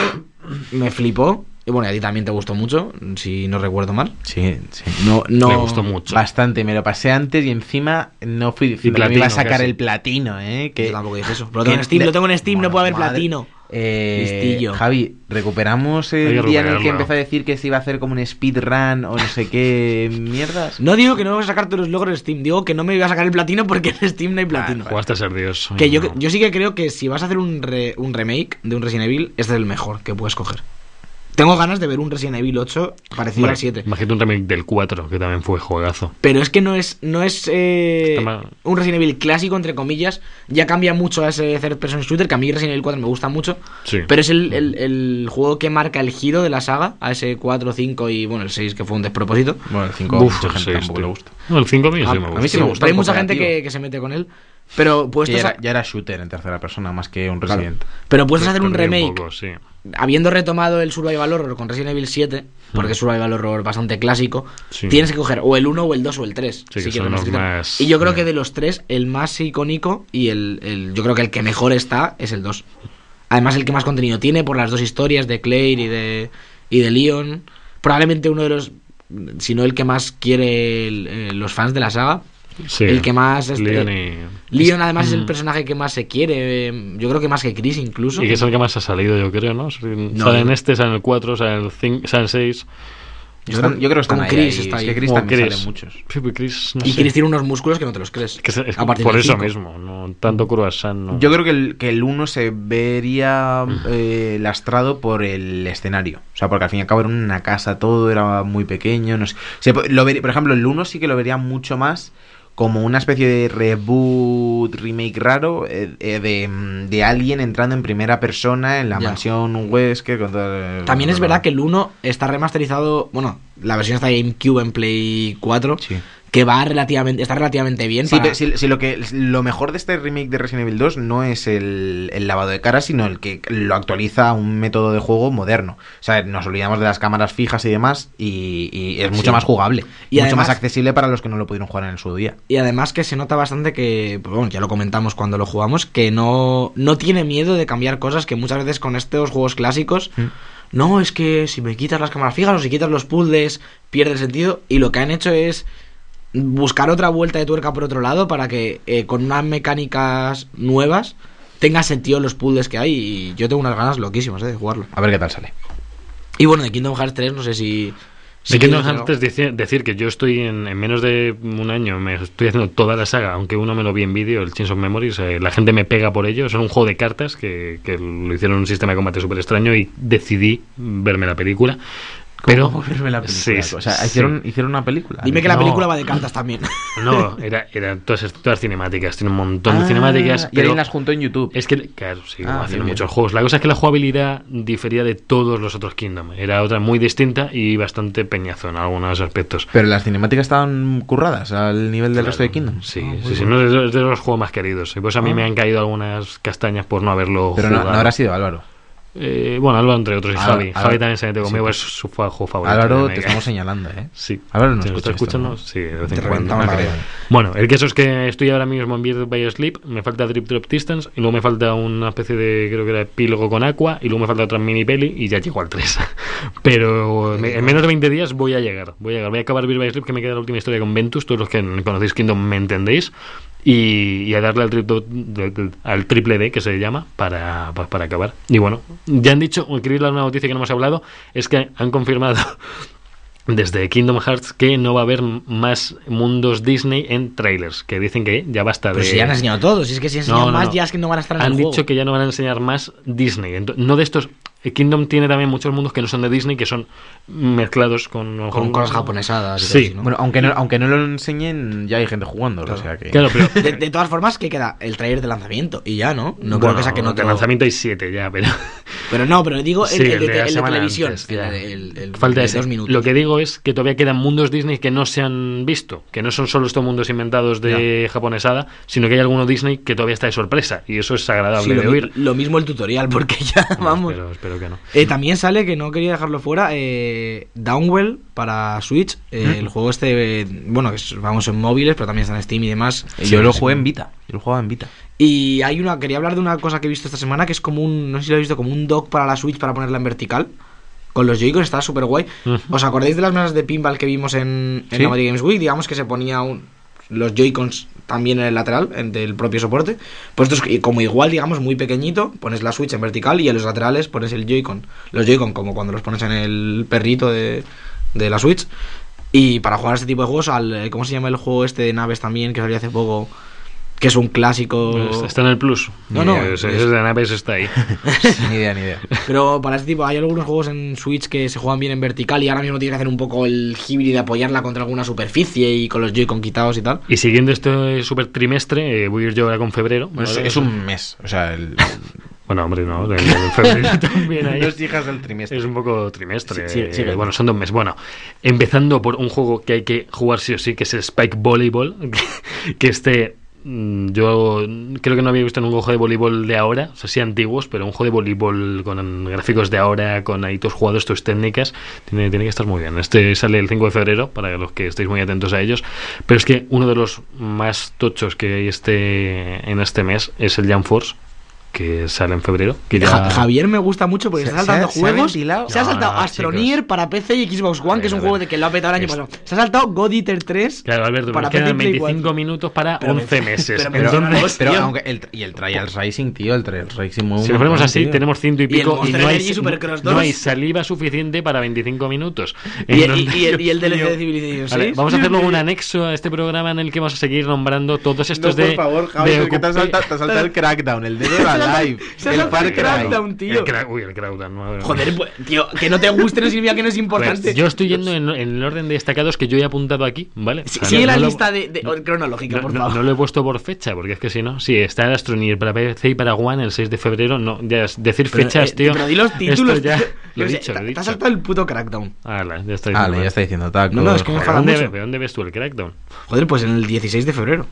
Speaker 4: me flipó. Y bueno, y a ti también te gustó mucho, si no recuerdo mal.
Speaker 3: Sí, sí.
Speaker 4: No, no.
Speaker 2: Me gustó mucho.
Speaker 3: Bastante, me lo pasé antes y encima no fui diciendo que me
Speaker 2: platino,
Speaker 3: iba a sacar
Speaker 2: casi.
Speaker 3: el platino, ¿eh?
Speaker 4: Yo
Speaker 3: Que,
Speaker 4: tampoco dije eso. Pero lo tengo en Steam,
Speaker 3: de-
Speaker 4: lo tengo en Steam,
Speaker 3: Bueno,
Speaker 4: no puede haber
Speaker 3: madre.
Speaker 4: platino.
Speaker 3: Eh,
Speaker 4: Listillo.
Speaker 3: Javi, recuperamos
Speaker 2: Hay que
Speaker 3: el día en el que
Speaker 2: recuperarlo.
Speaker 3: empezó a decir que se iba a hacer como un speedrun o no sé
Speaker 4: <laughs>
Speaker 3: qué mierdas.
Speaker 4: No digo que no vas a sacar todos los logros en Steam, digo que no me voy a sacar el platino porque en Steam no hay platino.
Speaker 2: Jugaste a ser Dios.
Speaker 4: que yo,
Speaker 2: No.
Speaker 4: yo sí que creo que si vas a hacer un, re- un remake de un Resident Evil, este es el mejor que puedes coger. Tengo ganas de ver un Resident Evil 8 parecido
Speaker 2: Hombre,
Speaker 4: al 7.
Speaker 2: Imagínate un remake del 4, que también fue juegazo.
Speaker 4: Pero es que no es, no es eh,
Speaker 2: Está mal.
Speaker 4: un Resident Evil clásico, entre comillas. Ya cambia mucho a ese third person shooter, que a mí Resident Evil 4 me gusta mucho.
Speaker 2: Sí.
Speaker 4: Pero es el, el- el juego que marca el giro de la saga, a ese 4, 5 y bueno, el 6 que fue un despropósito.
Speaker 3: Bueno, el 5
Speaker 2: Buf,
Speaker 3: mucha
Speaker 2: el
Speaker 3: gente
Speaker 2: seis,
Speaker 3: tampoco
Speaker 2: tío.
Speaker 3: le gusta.
Speaker 2: No, el 5 a mí sí
Speaker 3: A-
Speaker 2: me
Speaker 3: a mí
Speaker 2: gusta.
Speaker 3: sí me gusta
Speaker 4: pero hay
Speaker 3: el
Speaker 4: mucha gente
Speaker 3: cooperativo.
Speaker 4: que, que se mete con él. Pero
Speaker 3: Que ya,
Speaker 4: puestos
Speaker 3: era,
Speaker 4: a,
Speaker 3: ya era shooter en tercera persona más que un
Speaker 4: Claro.
Speaker 3: Resident.
Speaker 4: pero puestos a hacer un
Speaker 2: Corría
Speaker 4: remake
Speaker 2: poco, sí.
Speaker 4: habiendo retomado el Survival Horror con Resident Evil 7, porque es Survival Horror bastante clásico,
Speaker 2: Mm. Sí.
Speaker 4: tienes que coger o el 1 o el 2 o el 3.
Speaker 2: que son los más-
Speaker 4: Y yo creo que de los tres, el más icónico y el, el- yo creo que el que mejor está es el 2. Además, el que más contenido tiene por las dos historias de Claire y de, y de Leon. Probablemente uno de los, si no el que más quiere el- eh, los fans de la saga.
Speaker 2: Sí.
Speaker 4: El que más, este,
Speaker 2: Leon y-
Speaker 4: Leon además es el
Speaker 2: Mm.
Speaker 4: personaje que más se quiere, eh, yo creo que más que Chris incluso.
Speaker 2: Y que es el que más ha salido, yo creo, ¿no?
Speaker 4: No,
Speaker 2: sale en
Speaker 4: yo-
Speaker 2: este, sale en el 4, sale en el 5, sale en el 6.
Speaker 3: Yo, creo- yo creo que están
Speaker 4: con
Speaker 3: ahí,
Speaker 4: Chris
Speaker 3: ahí.
Speaker 4: está
Speaker 3: Es
Speaker 4: ahí.
Speaker 3: que Chris
Speaker 2: O
Speaker 3: también
Speaker 2: Chris.
Speaker 3: salen muchos.
Speaker 2: Sí, pero Chris, no
Speaker 4: Y
Speaker 2: sé.
Speaker 4: Chris tiene unos músculos que no te los crees.
Speaker 2: Que es- es
Speaker 4: a partir
Speaker 2: por
Speaker 4: del
Speaker 2: eso
Speaker 4: cinco. Mm.
Speaker 2: mismo, no tanto Croissant. No.
Speaker 3: Yo creo que el, que el uno se vería eh, lastrado por el escenario. O sea, porque al fin y al cabo era una casa, todo era muy pequeño. No sé. Se po- lo ver- por ejemplo, el 1 sí que lo vería mucho más como una especie de reboot, remake raro eh, eh, de, mm, de alguien entrando en primera persona en la
Speaker 4: Ya.
Speaker 3: mansión Wesker. Con todo-
Speaker 4: También es verdad que el 1 está remasterizado. Bueno, la versión está de GameCube en Play 4.
Speaker 3: Sí.
Speaker 4: Que va relativamente, está relativamente bien.
Speaker 3: Sí,
Speaker 4: para-
Speaker 3: pero si, si lo que lo mejor de este remake de Resident Evil 2 no es el, el lavado de cara, sino el que lo actualiza a un método de juego moderno. O sea, nos olvidamos de las cámaras fijas y demás, y, y es mucho
Speaker 4: Sí.
Speaker 3: más jugable.
Speaker 4: Y
Speaker 3: Y mucho
Speaker 4: además-
Speaker 3: más accesible para los que no lo pudieron jugar en su día.
Speaker 4: Y además que se nota bastante que, pues bueno, ya lo comentamos cuando lo jugamos, que no, no tiene miedo de cambiar cosas que muchas veces con estos juegos clásicos, no, es que si me quitas las cámaras fijas o si quitas los puzzles, pierde el sentido. Y lo que han hecho es buscar otra vuelta de tuerca por otro lado para que eh, con unas mecánicas nuevas tenga sentido los puzzles que hay. Y yo tengo unas ganas loquísimas eh, de jugarlo.
Speaker 3: A ver qué tal sale.
Speaker 4: Y bueno, de Kingdom Hearts 3, no sé si... si
Speaker 2: Sí que no
Speaker 4: quieres decir
Speaker 2: antes decir, decir que yo estoy en, en menos de un año, me estoy haciendo toda la saga, aunque uno me lo vi en vídeo, el Chains of Memories, eh, la gente me pega por ello, es un juego de cartas que, que lo hicieron en un sistema de combate súper extraño y decidí verme la película.
Speaker 3: <laughs>
Speaker 2: Pero, Sí, sí,
Speaker 3: o sea,
Speaker 2: sí.
Speaker 3: hicieron, hicieron una película.
Speaker 4: algo. Dime que la
Speaker 2: No.
Speaker 4: película va de cartas también.
Speaker 2: No, era, era todas, todas cinemáticas, tiene un montón de cinemáticas.
Speaker 3: Ah, Y alguien
Speaker 2: pero-
Speaker 3: las juntó en YouTube.
Speaker 2: Es que, claro, sí, como
Speaker 3: Ah,
Speaker 2: hacen
Speaker 3: bien, bien.
Speaker 2: muchos juegos. La cosa es que la jugabilidad difería de todos los otros Kingdom. Era otra muy distinta y bastante peñazo en algunos aspectos.
Speaker 3: Pero las cinemáticas estaban curradas al nivel del
Speaker 2: Claro,
Speaker 3: resto de Kingdom.
Speaker 2: Sí,
Speaker 3: Ah, muy
Speaker 2: sí, sí,
Speaker 3: bien.
Speaker 2: no es de- es de los juegos más queridos. Y pues a mí
Speaker 3: Ah.
Speaker 2: me han caído algunas castañas por no haberlo
Speaker 3: Pero no,
Speaker 2: jugado.
Speaker 3: no habrá sido Álvaro.
Speaker 2: Eh, bueno, Álvaro entre otros y
Speaker 3: Álvaro-
Speaker 2: Javi.
Speaker 3: Álvaro-
Speaker 2: Javi también se metió
Speaker 3: sí,
Speaker 2: conmigo,
Speaker 3: pero-
Speaker 2: es su fa- juego favorito.
Speaker 3: Álvaro,
Speaker 2: Me-
Speaker 3: te estamos señalando, ¿eh?
Speaker 2: Sí.
Speaker 3: Álvaro no
Speaker 2: Si nos está
Speaker 3: escucha esto,
Speaker 2: escuchando,
Speaker 3: ¿no?
Speaker 2: sí, de vez
Speaker 4: Te
Speaker 2: en cuando.
Speaker 4: reventamos la
Speaker 3: No Ah, creo.
Speaker 4: cabeza.
Speaker 2: Bueno, el caso es que estoy ahora mismo en Beard by Sleep, me falta Drip Drop Distance, y luego me falta una especie de, creo que era epílogo con Aqua, y luego me falta otra mini peli, y ya llego al 3. <laughs> Pero me- en menos de 20 días voy a llegar, voy a llegar, voy a acabar Beard by Sleep, que me queda la última historia con Ventus, todos los que conocéis Kingdom me entendéis, y, y a darle al, trip dot- de- de- al triple D, que se llama, para, pa- para acabar. Y bueno, ya han dicho, quería dar una noticia que no hemos hablado, es que han confirmado desde Kingdom Hearts que no va a haber m- más mundos Disney en trailers, que dicen que ya basta
Speaker 4: Pero
Speaker 2: de...
Speaker 4: Pues si ya han enseñado todo, si es que si han
Speaker 2: No,
Speaker 4: enseñado
Speaker 2: no,
Speaker 4: más,
Speaker 2: no.
Speaker 4: ya es que no van a estar en
Speaker 2: Han
Speaker 4: el
Speaker 2: dicho
Speaker 4: juego.
Speaker 2: que ya no van a enseñar más Disney. Ento- no de estos. eh, Kingdom tiene también muchos mundos que no son de Disney, que son mezclados con.
Speaker 4: Con cosas japonesadas. y
Speaker 2: Sí.
Speaker 4: cosas así, ¿no?
Speaker 3: Bueno, aunque no, aunque no lo enseñen, ya hay gente jugando.
Speaker 4: Claro.
Speaker 3: O sea que...
Speaker 2: Claro, pero.
Speaker 4: <laughs> de, de todas formas, que queda el trailer de lanzamiento y ya, ¿no? No creo
Speaker 2: Bueno,
Speaker 4: que saquen otro.
Speaker 2: De lanzamiento hay siete ya,
Speaker 4: <laughs>
Speaker 2: pero.
Speaker 4: Pero no, pero digo el,
Speaker 2: Sí,
Speaker 4: el de,
Speaker 2: el de la
Speaker 4: el de
Speaker 2: semana
Speaker 4: televisión.
Speaker 2: antes,
Speaker 4: el,
Speaker 2: ya.
Speaker 4: el- el-
Speaker 2: Falta
Speaker 4: de
Speaker 2: ese.
Speaker 4: dos minutos.
Speaker 2: Lo que digo es que todavía quedan mundos Disney que no se han visto, que no son solo estos mundos inventados de japonesada, sino que hay alguno Disney que todavía está de sorpresa, y eso es agradable
Speaker 4: Sí,
Speaker 2: de
Speaker 4: lo, mi-
Speaker 2: oír.
Speaker 4: lo mismo
Speaker 2: <laughs>
Speaker 4: el tutorial, porque ya,
Speaker 2: Bueno,
Speaker 4: <laughs> vamos.
Speaker 2: Espero, espero que no.
Speaker 4: Eh, también sale, que no quería dejarlo fuera, eh, Downwell para Switch.
Speaker 2: ¿Mm?
Speaker 4: eh, El juego este, eh, bueno, que es famoso en móviles, pero también está en Steam y demás.
Speaker 3: yo
Speaker 4: Sí,
Speaker 3: lo
Speaker 4: sí.
Speaker 3: jugué en Vita. Yo lo jugaba en <laughs> Vita.
Speaker 4: Y hay una, quería hablar de una cosa que he visto esta semana, que es como un, no sé si lo he visto, como un dock para la Switch para ponerla en vertical. Con los Joy-Con está súper guay.
Speaker 2: Ujú.
Speaker 4: ¿Os acordáis de las mesas de pinball que vimos en, en
Speaker 3: Sí.
Speaker 4: la Madrid Games Week? Digamos que se ponía un- los Joy-Cons también en el lateral, en- del propio soporte. Pues esto es como igual, digamos, muy pequeñito, pones la Switch en vertical y en los laterales pones el Joy-Con. Los Joy-Con como cuando los pones en el perrito de, de la Switch. Y para jugar este tipo de juegos, al, ¿cómo se llama el juego este de naves también que salió hace poco? Que es un clásico.
Speaker 2: Pues Está en el plus.
Speaker 4: No, no,
Speaker 2: Eh, ese-
Speaker 4: es-
Speaker 2: ese de naves está
Speaker 4: <laughs>
Speaker 2: ahí.
Speaker 3: ni idea, ni idea.
Speaker 4: Pero para este tipo, hay algunos juegos en Switch que se juegan bien en vertical y ahora mismo tienes que hacer un poco el híbrido de apoyarla contra alguna superficie y con los Joy-Con quitados y tal.
Speaker 2: Y siguiendo este super trimestre, eh, voy a ir yo ahora con febrero.
Speaker 3: Bueno,
Speaker 4: Pues
Speaker 3: es,
Speaker 2: ¿vale?
Speaker 3: es un mes. O
Speaker 2: <laughs>
Speaker 3: sea, el,
Speaker 2: Bueno, hombre, no, en en
Speaker 4: <laughs>
Speaker 2: febrero también hay.
Speaker 3: dos hijas del trimestre.
Speaker 2: Es un poco trimestre.
Speaker 3: Sí, sí, sí,
Speaker 2: eh,
Speaker 3: claro.
Speaker 2: bueno, son dos meses. Bueno, empezando por un juego <laughs> que hay que jugar sí o sí, que es el Spike Volleyball, que, que este mm, yo creo que no había visto ningún juego de voleibol de ahora, o sea, sí antiguos, pero un juego de voleibol con gráficos de ahora, con ahí tus jugadores, tus técnicas, tiene, tiene que estar muy bien. Este sale el 5 de febrero, para los que estéis muy atentos a ellos, pero es que uno de los más tochos que hay este, en este mes es el Jam Force, que sale en febrero. Que ya-
Speaker 4: Ja- Javier me gusta mucho porque se,
Speaker 3: Se-
Speaker 4: ha saltado
Speaker 3: se ha- se ha
Speaker 4: juegos. Se ha,
Speaker 3: ventilado.
Speaker 2: No,
Speaker 4: saltado
Speaker 2: no,
Speaker 4: Astroneer
Speaker 2: chicos.
Speaker 4: para PC y Xbox One, que es
Speaker 2: A
Speaker 4: un
Speaker 2: ver, a
Speaker 4: juego
Speaker 2: ver.
Speaker 4: de que lo ha petado el año
Speaker 2: Es-
Speaker 4: pasado. Se ha saltado God Eater 3
Speaker 2: Claro, Alberto,
Speaker 4: para
Speaker 2: nos quedan
Speaker 4: PC y Play
Speaker 2: 25
Speaker 4: cuatro.
Speaker 2: minutos para
Speaker 4: Pero
Speaker 2: 11
Speaker 4: me-
Speaker 2: meses.
Speaker 4: pero me-
Speaker 2: Entonces,
Speaker 3: Pero
Speaker 4: Tío.
Speaker 3: aunque el, y el Trial Racing, tío, el Trial Racing muy
Speaker 2: si
Speaker 3: bueno,
Speaker 2: nos ponemos así,
Speaker 3: tío.
Speaker 2: tenemos ciento y
Speaker 4: Y el
Speaker 2: pico y,
Speaker 4: Monster
Speaker 2: no, hay,
Speaker 4: Energy Supercross
Speaker 2: no
Speaker 4: 2.
Speaker 2: hay saliva suficiente para 25 minutos.
Speaker 4: y, y-
Speaker 2: Entonces,
Speaker 4: y el,
Speaker 2: <laughs>
Speaker 4: y el DLC de
Speaker 2: tío,
Speaker 4: Civilization
Speaker 2: vale,
Speaker 4: 6.
Speaker 2: vamos a hacer
Speaker 4: <laughs>
Speaker 2: luego un anexo a este programa en el que vamos a seguir nombrando todos estos
Speaker 3: No,
Speaker 2: de.
Speaker 3: por favor,
Speaker 2: de
Speaker 3: Javier, que te
Speaker 2: Ocupe-
Speaker 3: has saltado, te has saltado el Crackdown, el Dead
Speaker 2: <laughs>
Speaker 3: or Alive,
Speaker 4: Se ha
Speaker 3: el
Speaker 4: saltado
Speaker 3: Far
Speaker 4: el
Speaker 3: Cry.
Speaker 4: Crackdown. tío.
Speaker 2: El cra- uy, el Crackdown, madre mía.
Speaker 4: Joder, pues, tío, que no te guste no significa que no es
Speaker 2: Pues,
Speaker 4: importante.
Speaker 2: yo estoy yendo en, en el orden de destacados que yo he apuntado aquí, ¿vale?
Speaker 4: Sí-
Speaker 2: O sea,
Speaker 4: Sigue
Speaker 2: no-
Speaker 4: la
Speaker 2: no lo-
Speaker 4: lista de, de- oh, cronológica,
Speaker 2: No,
Speaker 4: por
Speaker 2: no-
Speaker 4: favor.
Speaker 2: no lo he puesto por fecha, porque es que si no, sí, está el Astroneer para PC y para One el 6 de febrero. No, ya es- decir
Speaker 4: Pero,
Speaker 2: fechas,
Speaker 4: eh,
Speaker 2: tío.
Speaker 4: Pero di
Speaker 2: <laughs>
Speaker 4: los
Speaker 2: esto
Speaker 4: títulos.
Speaker 2: ya.
Speaker 4: tío.
Speaker 2: Lo he
Speaker 4: O sea,
Speaker 2: dicho, lo
Speaker 4: te-
Speaker 2: he
Speaker 4: Te
Speaker 2: dicho.
Speaker 4: has saltado el puto crackdown.
Speaker 2: Ala, ya está diciendo
Speaker 3: Vale,
Speaker 2: mal.
Speaker 3: Ah, ya está diciendo taco.
Speaker 4: No, no, es que me
Speaker 2: Joder,
Speaker 4: enfada
Speaker 2: ¿dónde,
Speaker 4: mucho.
Speaker 2: ve- ¿Dónde ves tú el Crackdown?
Speaker 4: Joder, pues en el 16 de febrero.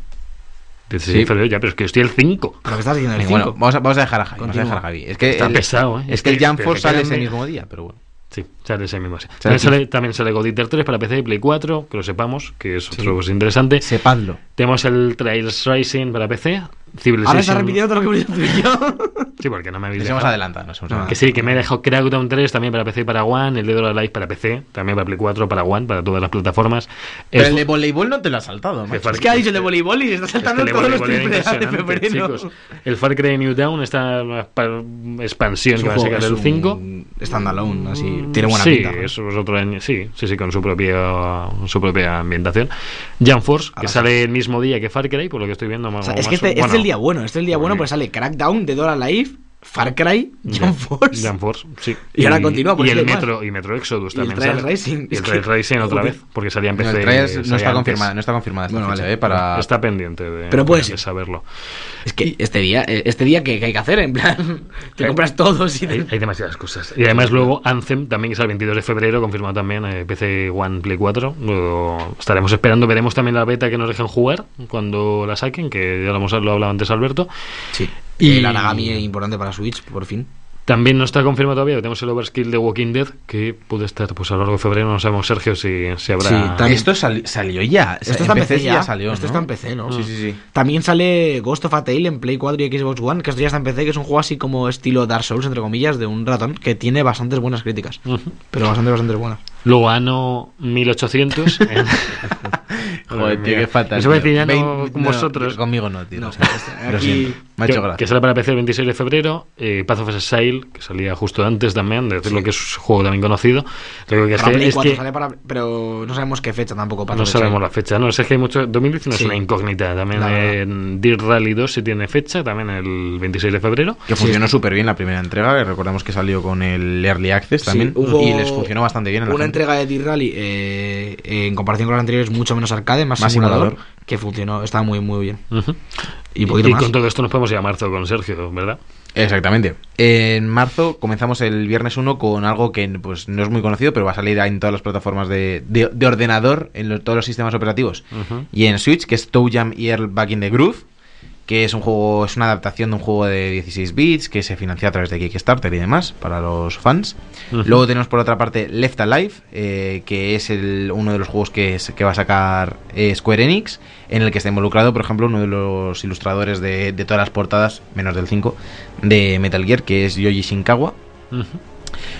Speaker 2: 16 de
Speaker 3: Sí.
Speaker 2: febrero ya, pero es que estoy el 5.
Speaker 4: Pero que estás
Speaker 2: Eh,
Speaker 4: diciendo el 5.
Speaker 3: Bueno, vamos a, vamos a dejar a Javi. Vamos a
Speaker 4: Continúa.
Speaker 3: dejar a Javi. Es que
Speaker 2: Está
Speaker 3: el,
Speaker 2: pesado, ¿eh?
Speaker 3: es que el Jam
Speaker 2: pero
Speaker 3: Force
Speaker 2: me quedan
Speaker 3: sale ese
Speaker 2: de-
Speaker 3: mismo día, pero bueno.
Speaker 2: Sí, sale ese mismo. día.
Speaker 3: Sale
Speaker 2: También sale, también sale God Eater 3 para PC y Play 4, que lo sepamos, que es otro cosa interesante.
Speaker 3: Sepadlo.
Speaker 2: Tenemos el Trails Racing para PC. Civilization.
Speaker 4: Ahora estás repitiendo todo lo que hemos dicho tú y yo.
Speaker 2: <laughs> Sí, porque no me habéis
Speaker 3: Nos hemos
Speaker 2: dejado.
Speaker 3: adelantado. nos hemos
Speaker 4: No,
Speaker 2: Que
Speaker 3: adelantado.
Speaker 2: sí, que me he dejado Crackdown 3 también para PC y para One, el Dead or Alive para PC, también para Play 4, para One, para todas las plataformas.
Speaker 3: Pero
Speaker 2: Es-
Speaker 3: el de voleibol no te lo has saltado, macho.
Speaker 2: Far-
Speaker 4: Es que ha dicho el de voleibol y se está saltando
Speaker 2: este
Speaker 4: todos los
Speaker 2: voleibol era
Speaker 4: triple A de
Speaker 2: impresionante,
Speaker 4: febrero.
Speaker 2: chicos. El Far Cry New Dawn, esta pa- expansión que va a sacar el 5.
Speaker 4: Standalone, así. Tiene buena
Speaker 2: sí,
Speaker 4: pinta.
Speaker 2: eso es otro año- sí, sí, sí, con su propia, su propia ambientación. Jump Force, que
Speaker 4: Ahora sí.
Speaker 2: sale el mismo día que Far Cry, por lo que estoy viendo.
Speaker 4: O
Speaker 2: más-
Speaker 4: sea, es
Speaker 2: más-
Speaker 4: que este, este
Speaker 2: bueno,
Speaker 4: es el día bueno. Este es el día bueno,
Speaker 2: Bueno.
Speaker 4: pues sale Crackdown, Dead or Alive, Far Cry,
Speaker 2: Ya,
Speaker 4: Jump Force.
Speaker 2: Jump Force, sí.
Speaker 4: Y ahora continúa,
Speaker 2: Y
Speaker 4: porque es
Speaker 2: el
Speaker 4: que hay más.
Speaker 2: Metro, y Metro Exodus
Speaker 4: Y el
Speaker 2: también.
Speaker 4: Trials
Speaker 2: sale.
Speaker 4: Racing.
Speaker 2: Y
Speaker 4: Es
Speaker 2: el
Speaker 4: que-
Speaker 2: Trials Racing otra
Speaker 4: Joder.
Speaker 2: vez, porque salía en
Speaker 3: No,
Speaker 2: PC.
Speaker 3: el Trials no
Speaker 2: salía
Speaker 3: está
Speaker 2: antes.
Speaker 3: confirmada, no está confirmada esta
Speaker 4: Bueno,
Speaker 3: fecha,
Speaker 4: vale.
Speaker 3: ¿eh? Para...
Speaker 2: Está pendiente de,
Speaker 4: Pero puede
Speaker 2: de
Speaker 4: ser.
Speaker 2: saberlo.
Speaker 4: Es que este día, eh, este día que, que hay que hacer, en plan, <laughs> te
Speaker 2: Hay-
Speaker 4: compras todos y te-
Speaker 2: Eh, Hay, hay demasiadas cosas. Y además luego Anthem, también que es el 22 de febrero, confirmado también, eh, PC One Play 4. Luego estaremos esperando, veremos también la beta que nos dejen jugar cuando la saquen, que ya lo hemos lo hablaba antes Alberto.
Speaker 4: Sí.
Speaker 2: Y-
Speaker 4: Y el Aragami es importante para Switch, por fin.
Speaker 2: También no está confirmado todavía, que tenemos el Overskill de Walking Dead, que puede estar pues a lo largo de febrero, no sabemos Sergio si, si habrá...
Speaker 4: Sí, también-
Speaker 3: Esto sali- salió ya.
Speaker 4: Esto está en PC, ya.
Speaker 3: salió,
Speaker 4: Esto
Speaker 3: ¿no?
Speaker 4: está en PC, ¿no?
Speaker 3: Sí, sí, sí.
Speaker 4: También sale Ghost of a Tale en Play 4 y Xbox One, que esto ya está en PC, que es un juego así como estilo Dark Souls, entre comillas, de un ratón, que tiene bastantes buenas críticas.
Speaker 2: Ujú.
Speaker 4: Pero bastante, bastante buenas.
Speaker 2: Luego ano 1800.
Speaker 4: <laughs>
Speaker 2: en- Madre
Speaker 3: Joder, tío,
Speaker 2: mía.
Speaker 3: qué fatal.
Speaker 2: Eso voy a
Speaker 3: tío.
Speaker 2: decir ya no
Speaker 3: Vein-
Speaker 2: con
Speaker 3: no,
Speaker 2: vosotros.
Speaker 3: Conmigo no, tío.
Speaker 4: No,
Speaker 3: o sea,
Speaker 4: este-
Speaker 3: lo
Speaker 4: aquí-
Speaker 3: siento. Me ha
Speaker 2: Que-
Speaker 3: hecho
Speaker 2: Que
Speaker 3: gracia.
Speaker 2: sale para PC el 26 de febrero. Eh, Path of Exile, que salía justo antes también, de decirlo que es un juego también conocido. Lo que
Speaker 4: Para
Speaker 2: hace
Speaker 4: Play
Speaker 2: es
Speaker 4: 4
Speaker 2: que
Speaker 4: sale para- Pero no sabemos qué fecha tampoco para
Speaker 2: no
Speaker 4: fecha.
Speaker 2: sabemos la fecha. No, es que hay mucho. 2019
Speaker 4: Sí.
Speaker 2: es una incógnita. También
Speaker 4: La verdad.
Speaker 2: en Deer Rally 2 sí tiene fecha, también el 26 de febrero.
Speaker 3: Que funcionó súper bien la primera entrega. que Recordamos que salió con el Early Access
Speaker 4: Sí,
Speaker 3: también.
Speaker 4: hubo
Speaker 3: y les funcionó bastante bien. a la
Speaker 4: Una
Speaker 3: gente.
Speaker 4: entrega de D-Rally eh, eh, en comparación con las anteriores mucho menos arcade, más,
Speaker 3: Más
Speaker 4: simulador,
Speaker 3: simulador.
Speaker 4: que funcionó, estaba muy muy bien.
Speaker 2: Ujú.
Speaker 4: Y, un poquito más.
Speaker 2: con todo esto nos podemos ir a marzo con Sergio, ¿verdad?
Speaker 3: Exactamente. En marzo comenzamos el viernes 1 con algo que pues, no es muy conocido, pero va a salir en todas las plataformas de, de- de ordenador, en lo- todos los sistemas operativos.
Speaker 2: Ujú.
Speaker 3: Y en Switch, que es Toe Jam y Earl Back in the Groove, que es un juego, es una adaptación de un juego de 16 bits que se financia a través de Kickstarter y demás para los fans.
Speaker 2: Ujú.
Speaker 3: Luego tenemos por otra parte Left Alive, eh, que es el, uno de los juegos que, es- que va a sacar eh, Square Enix, en el que está involucrado, por ejemplo, uno de los ilustradores de, de todas las portadas, menos del 5, de Metal Gear, que es Yoji Shinkawa.
Speaker 2: Ujú.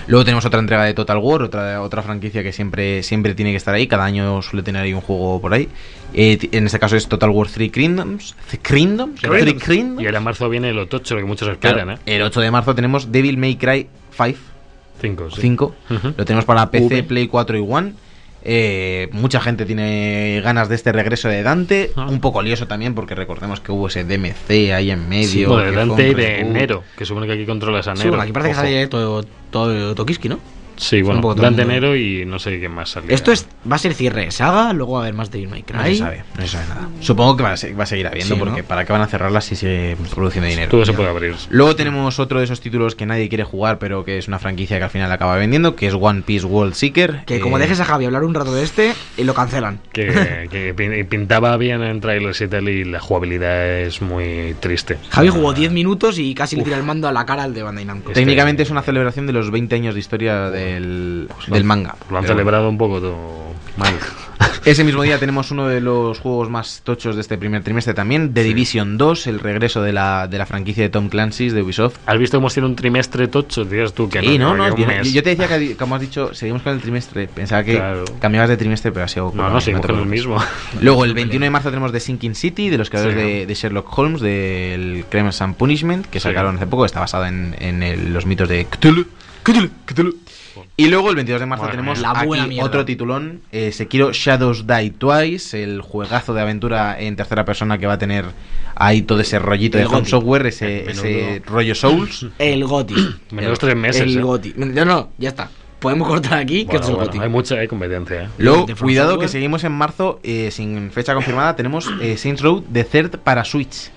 Speaker 3: Luego tenemos otra entrega de Total War, otra, otra franquicia que siempre, siempre tiene que estar ahí. Cada año suele tener ahí un juego por ahí. Eh, ti- en este caso es Total War 3 Kingdoms. Th- ¿Kingdoms?
Speaker 2: Kingdoms.
Speaker 3: Three Kingdoms.
Speaker 2: Y ahora en marzo viene el Otocho, lo que muchos
Speaker 3: Claro,
Speaker 2: esperan, ¿eh?
Speaker 3: El 8 de marzo tenemos Devil May Cry 5.
Speaker 2: Cinco, sí.
Speaker 3: 5.
Speaker 2: Ujú.
Speaker 3: Lo tenemos para PC,
Speaker 2: V.
Speaker 3: Play 4 y One. Eh, mucha gente tiene ganas de este regreso de Dante.
Speaker 2: Ah.
Speaker 3: Un poco lioso también porque recordemos que hubo ese DMC ahí en medio.
Speaker 2: Sí, bueno,
Speaker 3: que
Speaker 2: de
Speaker 3: fue un
Speaker 2: Dante y de
Speaker 3: reboot.
Speaker 2: enero, que supone que aquí controlas a
Speaker 4: Sí,
Speaker 2: enero.
Speaker 4: bueno, aquí parece que
Speaker 2: Ojo.
Speaker 4: sale todo, todo Tokiski, ¿no?
Speaker 2: Sí,
Speaker 4: un
Speaker 2: bueno,
Speaker 4: poco todo
Speaker 2: Dante
Speaker 4: el mundo.
Speaker 2: Nero y no sé qué más salía.
Speaker 4: Esto es, va a ser cierre de saga, luego va a haber más Devil May Cry.
Speaker 3: No se sabe, no se sabe nada.
Speaker 2: Mm.
Speaker 3: Supongo que va a, se- va a seguir habiendo,
Speaker 4: Sí, ¿no?
Speaker 3: porque ¿para qué van a cerrarlas si sigue produciendo dinero?
Speaker 2: Todo se puede abrir.
Speaker 3: Luego tenemos otro de esos títulos que nadie quiere jugar, pero que es una franquicia que al final acaba vendiendo, que es One Piece World Seeker.
Speaker 4: Que como
Speaker 3: Eh,
Speaker 4: dejes a Javi hablar un rato de este, y lo cancelan.
Speaker 2: Que, que pin- pintaba bien en trailers y tal, y la jugabilidad es muy triste.
Speaker 4: Javi jugó 10 minutos y casi le tira el mando a la cara al de Bandai Namco.
Speaker 2: Este-
Speaker 3: Técnicamente es una celebración de los 20 años de historia del,
Speaker 2: lo-
Speaker 3: del manga.
Speaker 2: Lo han
Speaker 3: Pero bueno.
Speaker 2: celebrado un poco todo mal.
Speaker 3: Ese mismo día tenemos uno de los juegos más tochos de este primer trimestre también, The Division 2, el regreso de la, de la franquicia de Tom Clancy's de Ubisoft.
Speaker 2: ¿Has visto cómo ha sido un trimestre tocho? Dirías tú que no.
Speaker 3: Y no,
Speaker 2: que
Speaker 3: no,
Speaker 2: un
Speaker 3: tiene-
Speaker 2: mes.
Speaker 3: yo te decía que, di- como has dicho, seguimos con el trimestre. Pensaba que
Speaker 2: Claro.
Speaker 3: cambiabas de trimestre, pero ha sido...
Speaker 2: No, no, seguimos
Speaker 3: te
Speaker 2: con el
Speaker 3: preocupes. <laughs>
Speaker 2: mismo.
Speaker 3: Luego, el 21 de marzo tenemos The Sinking City, de los creadores
Speaker 2: Sí.
Speaker 3: de, de Sherlock Holmes, del Crimes and Punishment, que
Speaker 2: Sí.
Speaker 3: sacaron hace poco, está basado en, en el- los mitos de Cthulhu. Y luego el 22 de marzo
Speaker 2: Madre
Speaker 3: tenemos
Speaker 4: mía. La buena
Speaker 3: aquí
Speaker 4: mierda.
Speaker 3: otro titulón, eh, Sekiro Shadows Die Twice, el juegazo de aventura en tercera persona que va a tener ahí todo ese rollito
Speaker 4: El
Speaker 3: de Home
Speaker 4: goti.
Speaker 3: Software, ese,
Speaker 2: Menudo.
Speaker 3: ese rollo
Speaker 4: <laughs>
Speaker 3: Souls.
Speaker 4: El Goti.
Speaker 2: Menos tres <coughs> meses.
Speaker 4: El
Speaker 2: eh.
Speaker 4: Goti. No, no, ya está. Podemos cortar aquí,
Speaker 2: Bueno,
Speaker 4: que esto es el
Speaker 2: bueno,
Speaker 4: Goti.
Speaker 2: hay mucha hay competencia. ¿eh?
Speaker 3: Luego,
Speaker 4: de From
Speaker 3: cuidado
Speaker 4: Software.
Speaker 3: que seguimos en marzo, eh, sin fecha confirmada, tenemos eh, Saints Row The Third para Switch.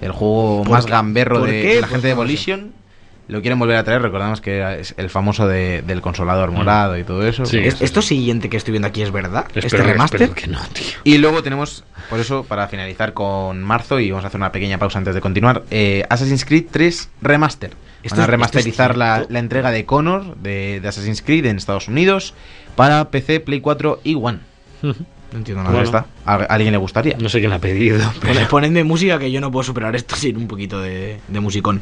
Speaker 3: El juego
Speaker 4: ¿Por
Speaker 3: más
Speaker 4: qué?
Speaker 3: gamberro
Speaker 4: ¿Por
Speaker 3: de,
Speaker 4: qué?
Speaker 3: de la
Speaker 4: Pues
Speaker 3: gente de
Speaker 4: no lo sé.
Speaker 3: Volition. Lo quieren volver a traer, recordamos que es el famoso de- del consolador
Speaker 4: Mm.
Speaker 3: morado y todo eso.
Speaker 2: Sí.
Speaker 4: ¿Es- ¿Esto siguiente que estoy viendo aquí es verdad? ¿Este
Speaker 2: Espero-
Speaker 4: remaster?
Speaker 2: espero que no, tío.
Speaker 3: Y luego tenemos, por eso, para finalizar con marzo, y vamos a hacer una pequeña pausa antes de continuar, eh, Assassin's Creed 3 Remaster.
Speaker 4: Esto
Speaker 3: Van a
Speaker 4: es-
Speaker 3: remasterizar
Speaker 4: esto es
Speaker 3: la,
Speaker 4: cierto.
Speaker 3: la entrega de Connor de, de Assassin's Creed en Estados Unidos para PC, Play 4 y One.
Speaker 4: No entiendo
Speaker 3: Ahí
Speaker 4: nada.
Speaker 2: Bueno.
Speaker 3: está. ¿A, a alguien le gustaría?
Speaker 2: No sé quién la ha pedido, pero.
Speaker 4: Pone- Ponedme música que yo no puedo superar esto sin un poquito de, de musicón.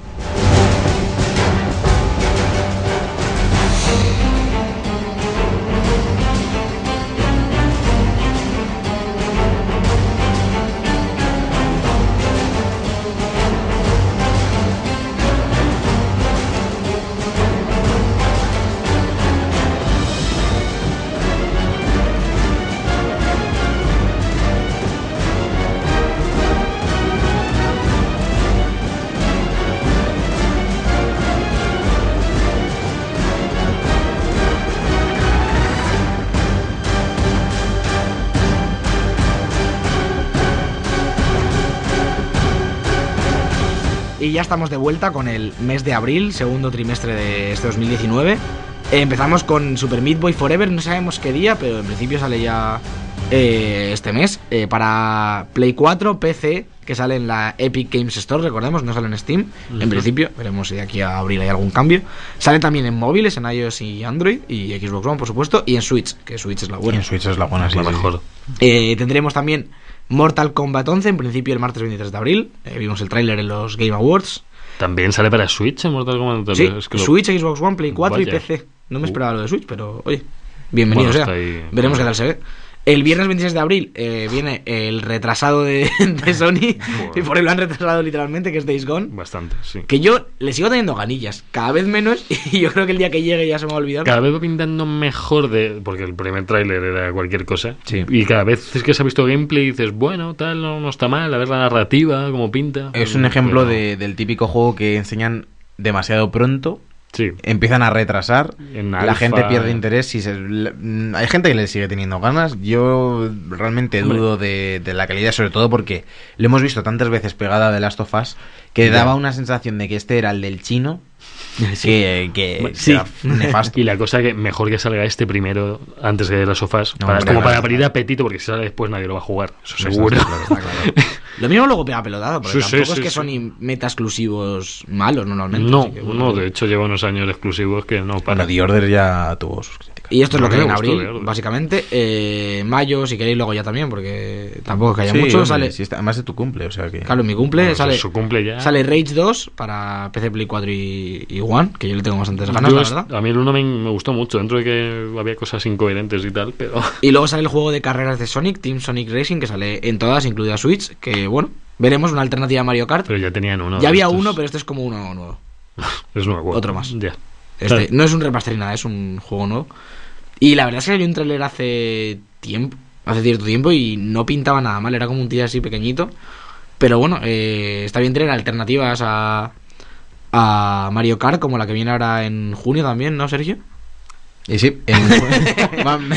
Speaker 4: Y ya estamos de vuelta con el mes de abril, segundo trimestre de este 2019. Eh, Empezamos con Super Meat Boy Forever, no sabemos qué día, pero en principio sale ya eh, este mes eh, para Play 4, PC, que sale en la Epic Games Store, recordemos, no sale en Steam. En
Speaker 2: Ujú.
Speaker 4: principio, veremos si de aquí a abril hay algún cambio. Sale también en móviles, en iOS y Android, y Xbox One, por supuesto, y en Switch, que Switch es la buena.
Speaker 3: en Switch es la buena, sí,
Speaker 2: la
Speaker 3: sí, sí.
Speaker 2: mejor.
Speaker 4: Eh, tendremos también Mortal Kombat 11, en principio el martes 23 de abril. Eh, vimos el tráiler en los Game Awards.
Speaker 2: También sale para Switch en Mortal Kombat.
Speaker 4: Sí,
Speaker 2: Es que lo-
Speaker 4: Switch, Xbox One, Play 4 y
Speaker 2: Vaya.
Speaker 4: PC. No me
Speaker 2: Uh.
Speaker 4: esperaba lo de Switch, pero oye, bienvenido
Speaker 2: Bueno,
Speaker 4: sea.
Speaker 2: está ahí.
Speaker 4: Veremos qué tal se ve. El viernes 26 de abril eh, viene el retrasado de, <laughs> de Sony. y por él lo han retrasado literalmente, que es Days Gone.
Speaker 2: Bastante, sí.
Speaker 4: Que yo le sigo teniendo ganillas, cada vez menos. <laughs> Y yo creo que el día que llegue ya se me va a olvidar.
Speaker 2: Cada vez va pintando mejor de. Porque el primer tráiler era cualquier cosa.
Speaker 3: Sí.
Speaker 2: Y cada vez es que se ha visto gameplay y dices, bueno, tal, no, no está mal, a ver la narrativa, cómo pinta.
Speaker 3: Es un
Speaker 2: Pero-
Speaker 3: ejemplo de- del típico juego que enseñan demasiado pronto,
Speaker 2: Sí.
Speaker 3: empiezan a retrasar,
Speaker 2: En
Speaker 3: la
Speaker 2: alfa. eh.
Speaker 3: gente pierde interés y se- la- mm, hay gente que le sigue teniendo ganas. Yo realmente
Speaker 2: Hombre.
Speaker 3: dudo de, de la calidad, sobre todo porque lo hemos visto tantas veces pegada de Last of Us que
Speaker 2: Ya.
Speaker 3: daba una sensación de que este era el del chino, que, que
Speaker 2: Sí.
Speaker 3: era nefasto.
Speaker 2: Y la cosa que mejor que salga este primero antes de las sofás,
Speaker 3: No,
Speaker 2: para-
Speaker 3: hombre,
Speaker 2: como
Speaker 3: claro,
Speaker 2: para abrir
Speaker 3: claro.
Speaker 2: apetito, porque si sale después nadie lo va a jugar, eso
Speaker 3: Está
Speaker 2: seguro.
Speaker 3: claro, está claro.
Speaker 4: Lo mismo luego pega pelotado, porque
Speaker 2: Sí, sí,
Speaker 4: tampoco es
Speaker 2: sí,
Speaker 4: que
Speaker 2: sí.
Speaker 4: Sony meta exclusivos malos normalmente.
Speaker 2: No,
Speaker 4: así que, bueno,
Speaker 2: no, de hecho lleva unos años exclusivos que no para.
Speaker 3: Bueno, The Order ya tuvo sus críticas.
Speaker 4: Y esto es
Speaker 2: A
Speaker 4: lo
Speaker 2: mí
Speaker 4: que hay
Speaker 2: me
Speaker 4: en
Speaker 2: gustó
Speaker 4: abril,
Speaker 2: de Order.
Speaker 4: básicamente. Eh, mayo, si queréis, luego ya también, porque tampoco es que haya
Speaker 3: Sí,
Speaker 4: mucho.
Speaker 3: hombre,
Speaker 4: sale,
Speaker 3: si está- además de tu cumple, o sea que...
Speaker 4: claro, en mi cumple
Speaker 2: Bueno,
Speaker 4: sale,
Speaker 2: su cumple ya.
Speaker 4: sale Rage 2 para PC, Play 4 y, y One, que yo le tengo bastantes ganas,
Speaker 2: Yo
Speaker 4: la
Speaker 2: es-
Speaker 4: verdad.
Speaker 2: a mí el uno me, me gustó mucho, dentro de que había cosas incoherentes y tal, pero <laughs>
Speaker 4: Y luego sale el juego de carreras de Sonic, Team Sonic Racing, que sale en todas, incluida Switch, que bueno, veremos una alternativa a Mario Kart.
Speaker 2: pero ya tenían uno. de
Speaker 4: ya había
Speaker 2: estos.
Speaker 4: uno, pero este es como uno nuevo.
Speaker 2: es nuevo. bueno,
Speaker 4: otro más.
Speaker 2: Ya.
Speaker 4: Este,
Speaker 2: Claro.
Speaker 4: No es un remaster ni nada, es un juego nuevo. Y la verdad es que salió un trailer hace tiempo, hace cierto tiempo y no pintaba nada mal, era como un tío así pequeñito. Pero bueno, eh, está bien tener alternativas a, a Mario Kart, como la que viene ahora en junio también, ¿no, Sergio? Y sí,
Speaker 3: Mam-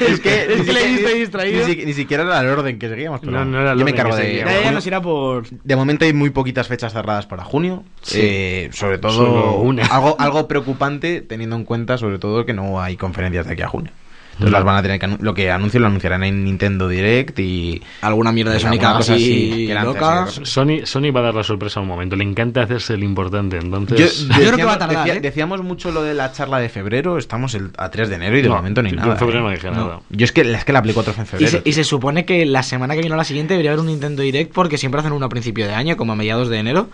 Speaker 3: es que,
Speaker 4: Es que le he visto
Speaker 3: ni-
Speaker 4: distraído.
Speaker 3: Ni, si- ni siquiera era el orden que seguíamos. Pero
Speaker 2: No, no era el
Speaker 3: yo me
Speaker 2: orden
Speaker 3: encargo
Speaker 2: que
Speaker 3: de.
Speaker 2: seguíamos.
Speaker 4: ya, ya
Speaker 3: junio.
Speaker 4: nos irá por.
Speaker 3: De momento hay muy poquitas fechas cerradas para junio.
Speaker 4: Sí.
Speaker 3: Eh, sobre todo.
Speaker 2: Solo una.
Speaker 3: Algo, algo preocupante, teniendo en cuenta, sobre todo, que no hay conferencias de aquí a junio. Entonces
Speaker 2: No.
Speaker 3: las van a tener que anu- lo que anuncien lo anunciarán en Nintendo Direct y
Speaker 4: Alguna mierda de
Speaker 3: Pues
Speaker 4: Sonic
Speaker 3: alguna cosa así
Speaker 4: así
Speaker 3: que lanzas,
Speaker 4: loca.
Speaker 3: sí,
Speaker 2: Sony, Sony va a dar la sorpresa un momento. Le encanta hacerse el importante.
Speaker 3: Yo,
Speaker 2: Entonces.
Speaker 4: Yo creo que va a
Speaker 3: decíamos-
Speaker 4: tardar,
Speaker 3: decía-
Speaker 4: ¿eh?
Speaker 3: Decíamos mucho lo de la charla de febrero, estamos el, a 3 de enero y de
Speaker 2: No,
Speaker 3: momento ni
Speaker 2: yo en
Speaker 3: nada.
Speaker 2: febrero
Speaker 3: ¿eh?
Speaker 2: no dije nada.
Speaker 3: Yo es que, es que la aplico 4 en
Speaker 4: Y
Speaker 3: febrero.
Speaker 4: se, y se supone que la semana que viene o la siguiente debería haber un Nintendo Direct porque siempre hacen uno a principio de año, como a mediados de enero.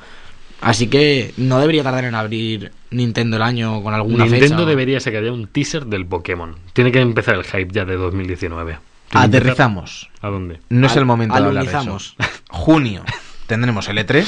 Speaker 4: Así que no debería tardar en abrir Nintendo el año con alguna fecha.
Speaker 2: Nintendo
Speaker 4: ¿no?
Speaker 2: debería sacar ya un teaser del Pokémon. Tiene que empezar el hype ya de 2019.
Speaker 4: Ah,
Speaker 2: Tiene que
Speaker 3: Aterrizamos.
Speaker 2: empezar- ¿A dónde?
Speaker 3: No es
Speaker 4: Al-
Speaker 3: el momento de hablar de
Speaker 4: alunizamos.
Speaker 3: eso. <laughs> Junio tendremos el E3,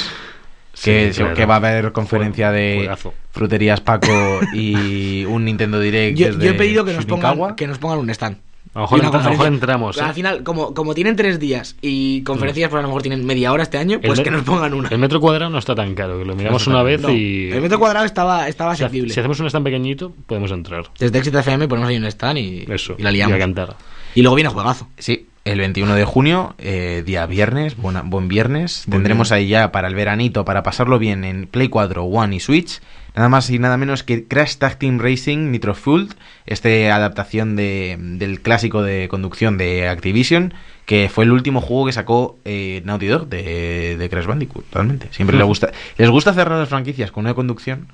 Speaker 3: que,
Speaker 2: Sí, claro.
Speaker 3: que va a haber conferencia de
Speaker 2: Juegazo.
Speaker 3: fruterías Paco y un Nintendo Direct.
Speaker 4: Yo,
Speaker 3: desde
Speaker 4: yo he pedido que nos, pongan,
Speaker 3: Shinikawa.
Speaker 4: que nos pongan un stand.
Speaker 2: A lo mejor
Speaker 4: Y una
Speaker 2: entra- a lo mejor
Speaker 4: conferencia.
Speaker 2: entramos, ¿eh? Mm.
Speaker 4: Al final, como, como tienen tres días y conferencias, pues a lo mejor tienen media hora este año,
Speaker 2: El
Speaker 4: pues
Speaker 2: me-
Speaker 4: que nos pongan una.
Speaker 2: El metro cuadrado no está tan caro. que Lo miramos una vez
Speaker 4: No,
Speaker 2: y.
Speaker 4: el metro cuadrado estaba, estaba
Speaker 2: si, ha-
Speaker 4: asequible.
Speaker 2: si hacemos un stand pequeñito, podemos entrar.
Speaker 4: Desde Exit FM ponemos ahí un stand y,
Speaker 2: Eso.
Speaker 4: y la liamos.
Speaker 2: a cantar.
Speaker 4: Y luego viene juegazo.
Speaker 3: Sí, el 21 de junio, eh, día viernes, buena- buen viernes. Tendremos ahí ya para el veranito, para pasarlo bien en Play 4, One y Switch. Nada más y nada menos que Crash Tag Team Racing Nitro Fueled, esta adaptación de- del clásico de conducción de Activision, que fue el último juego que sacó eh, Naughty Dog de, de Crash Bandicoot, realmente. Siempre
Speaker 2: <laughs>
Speaker 3: les gusta, les gusta cerrar las franquicias con una conducción.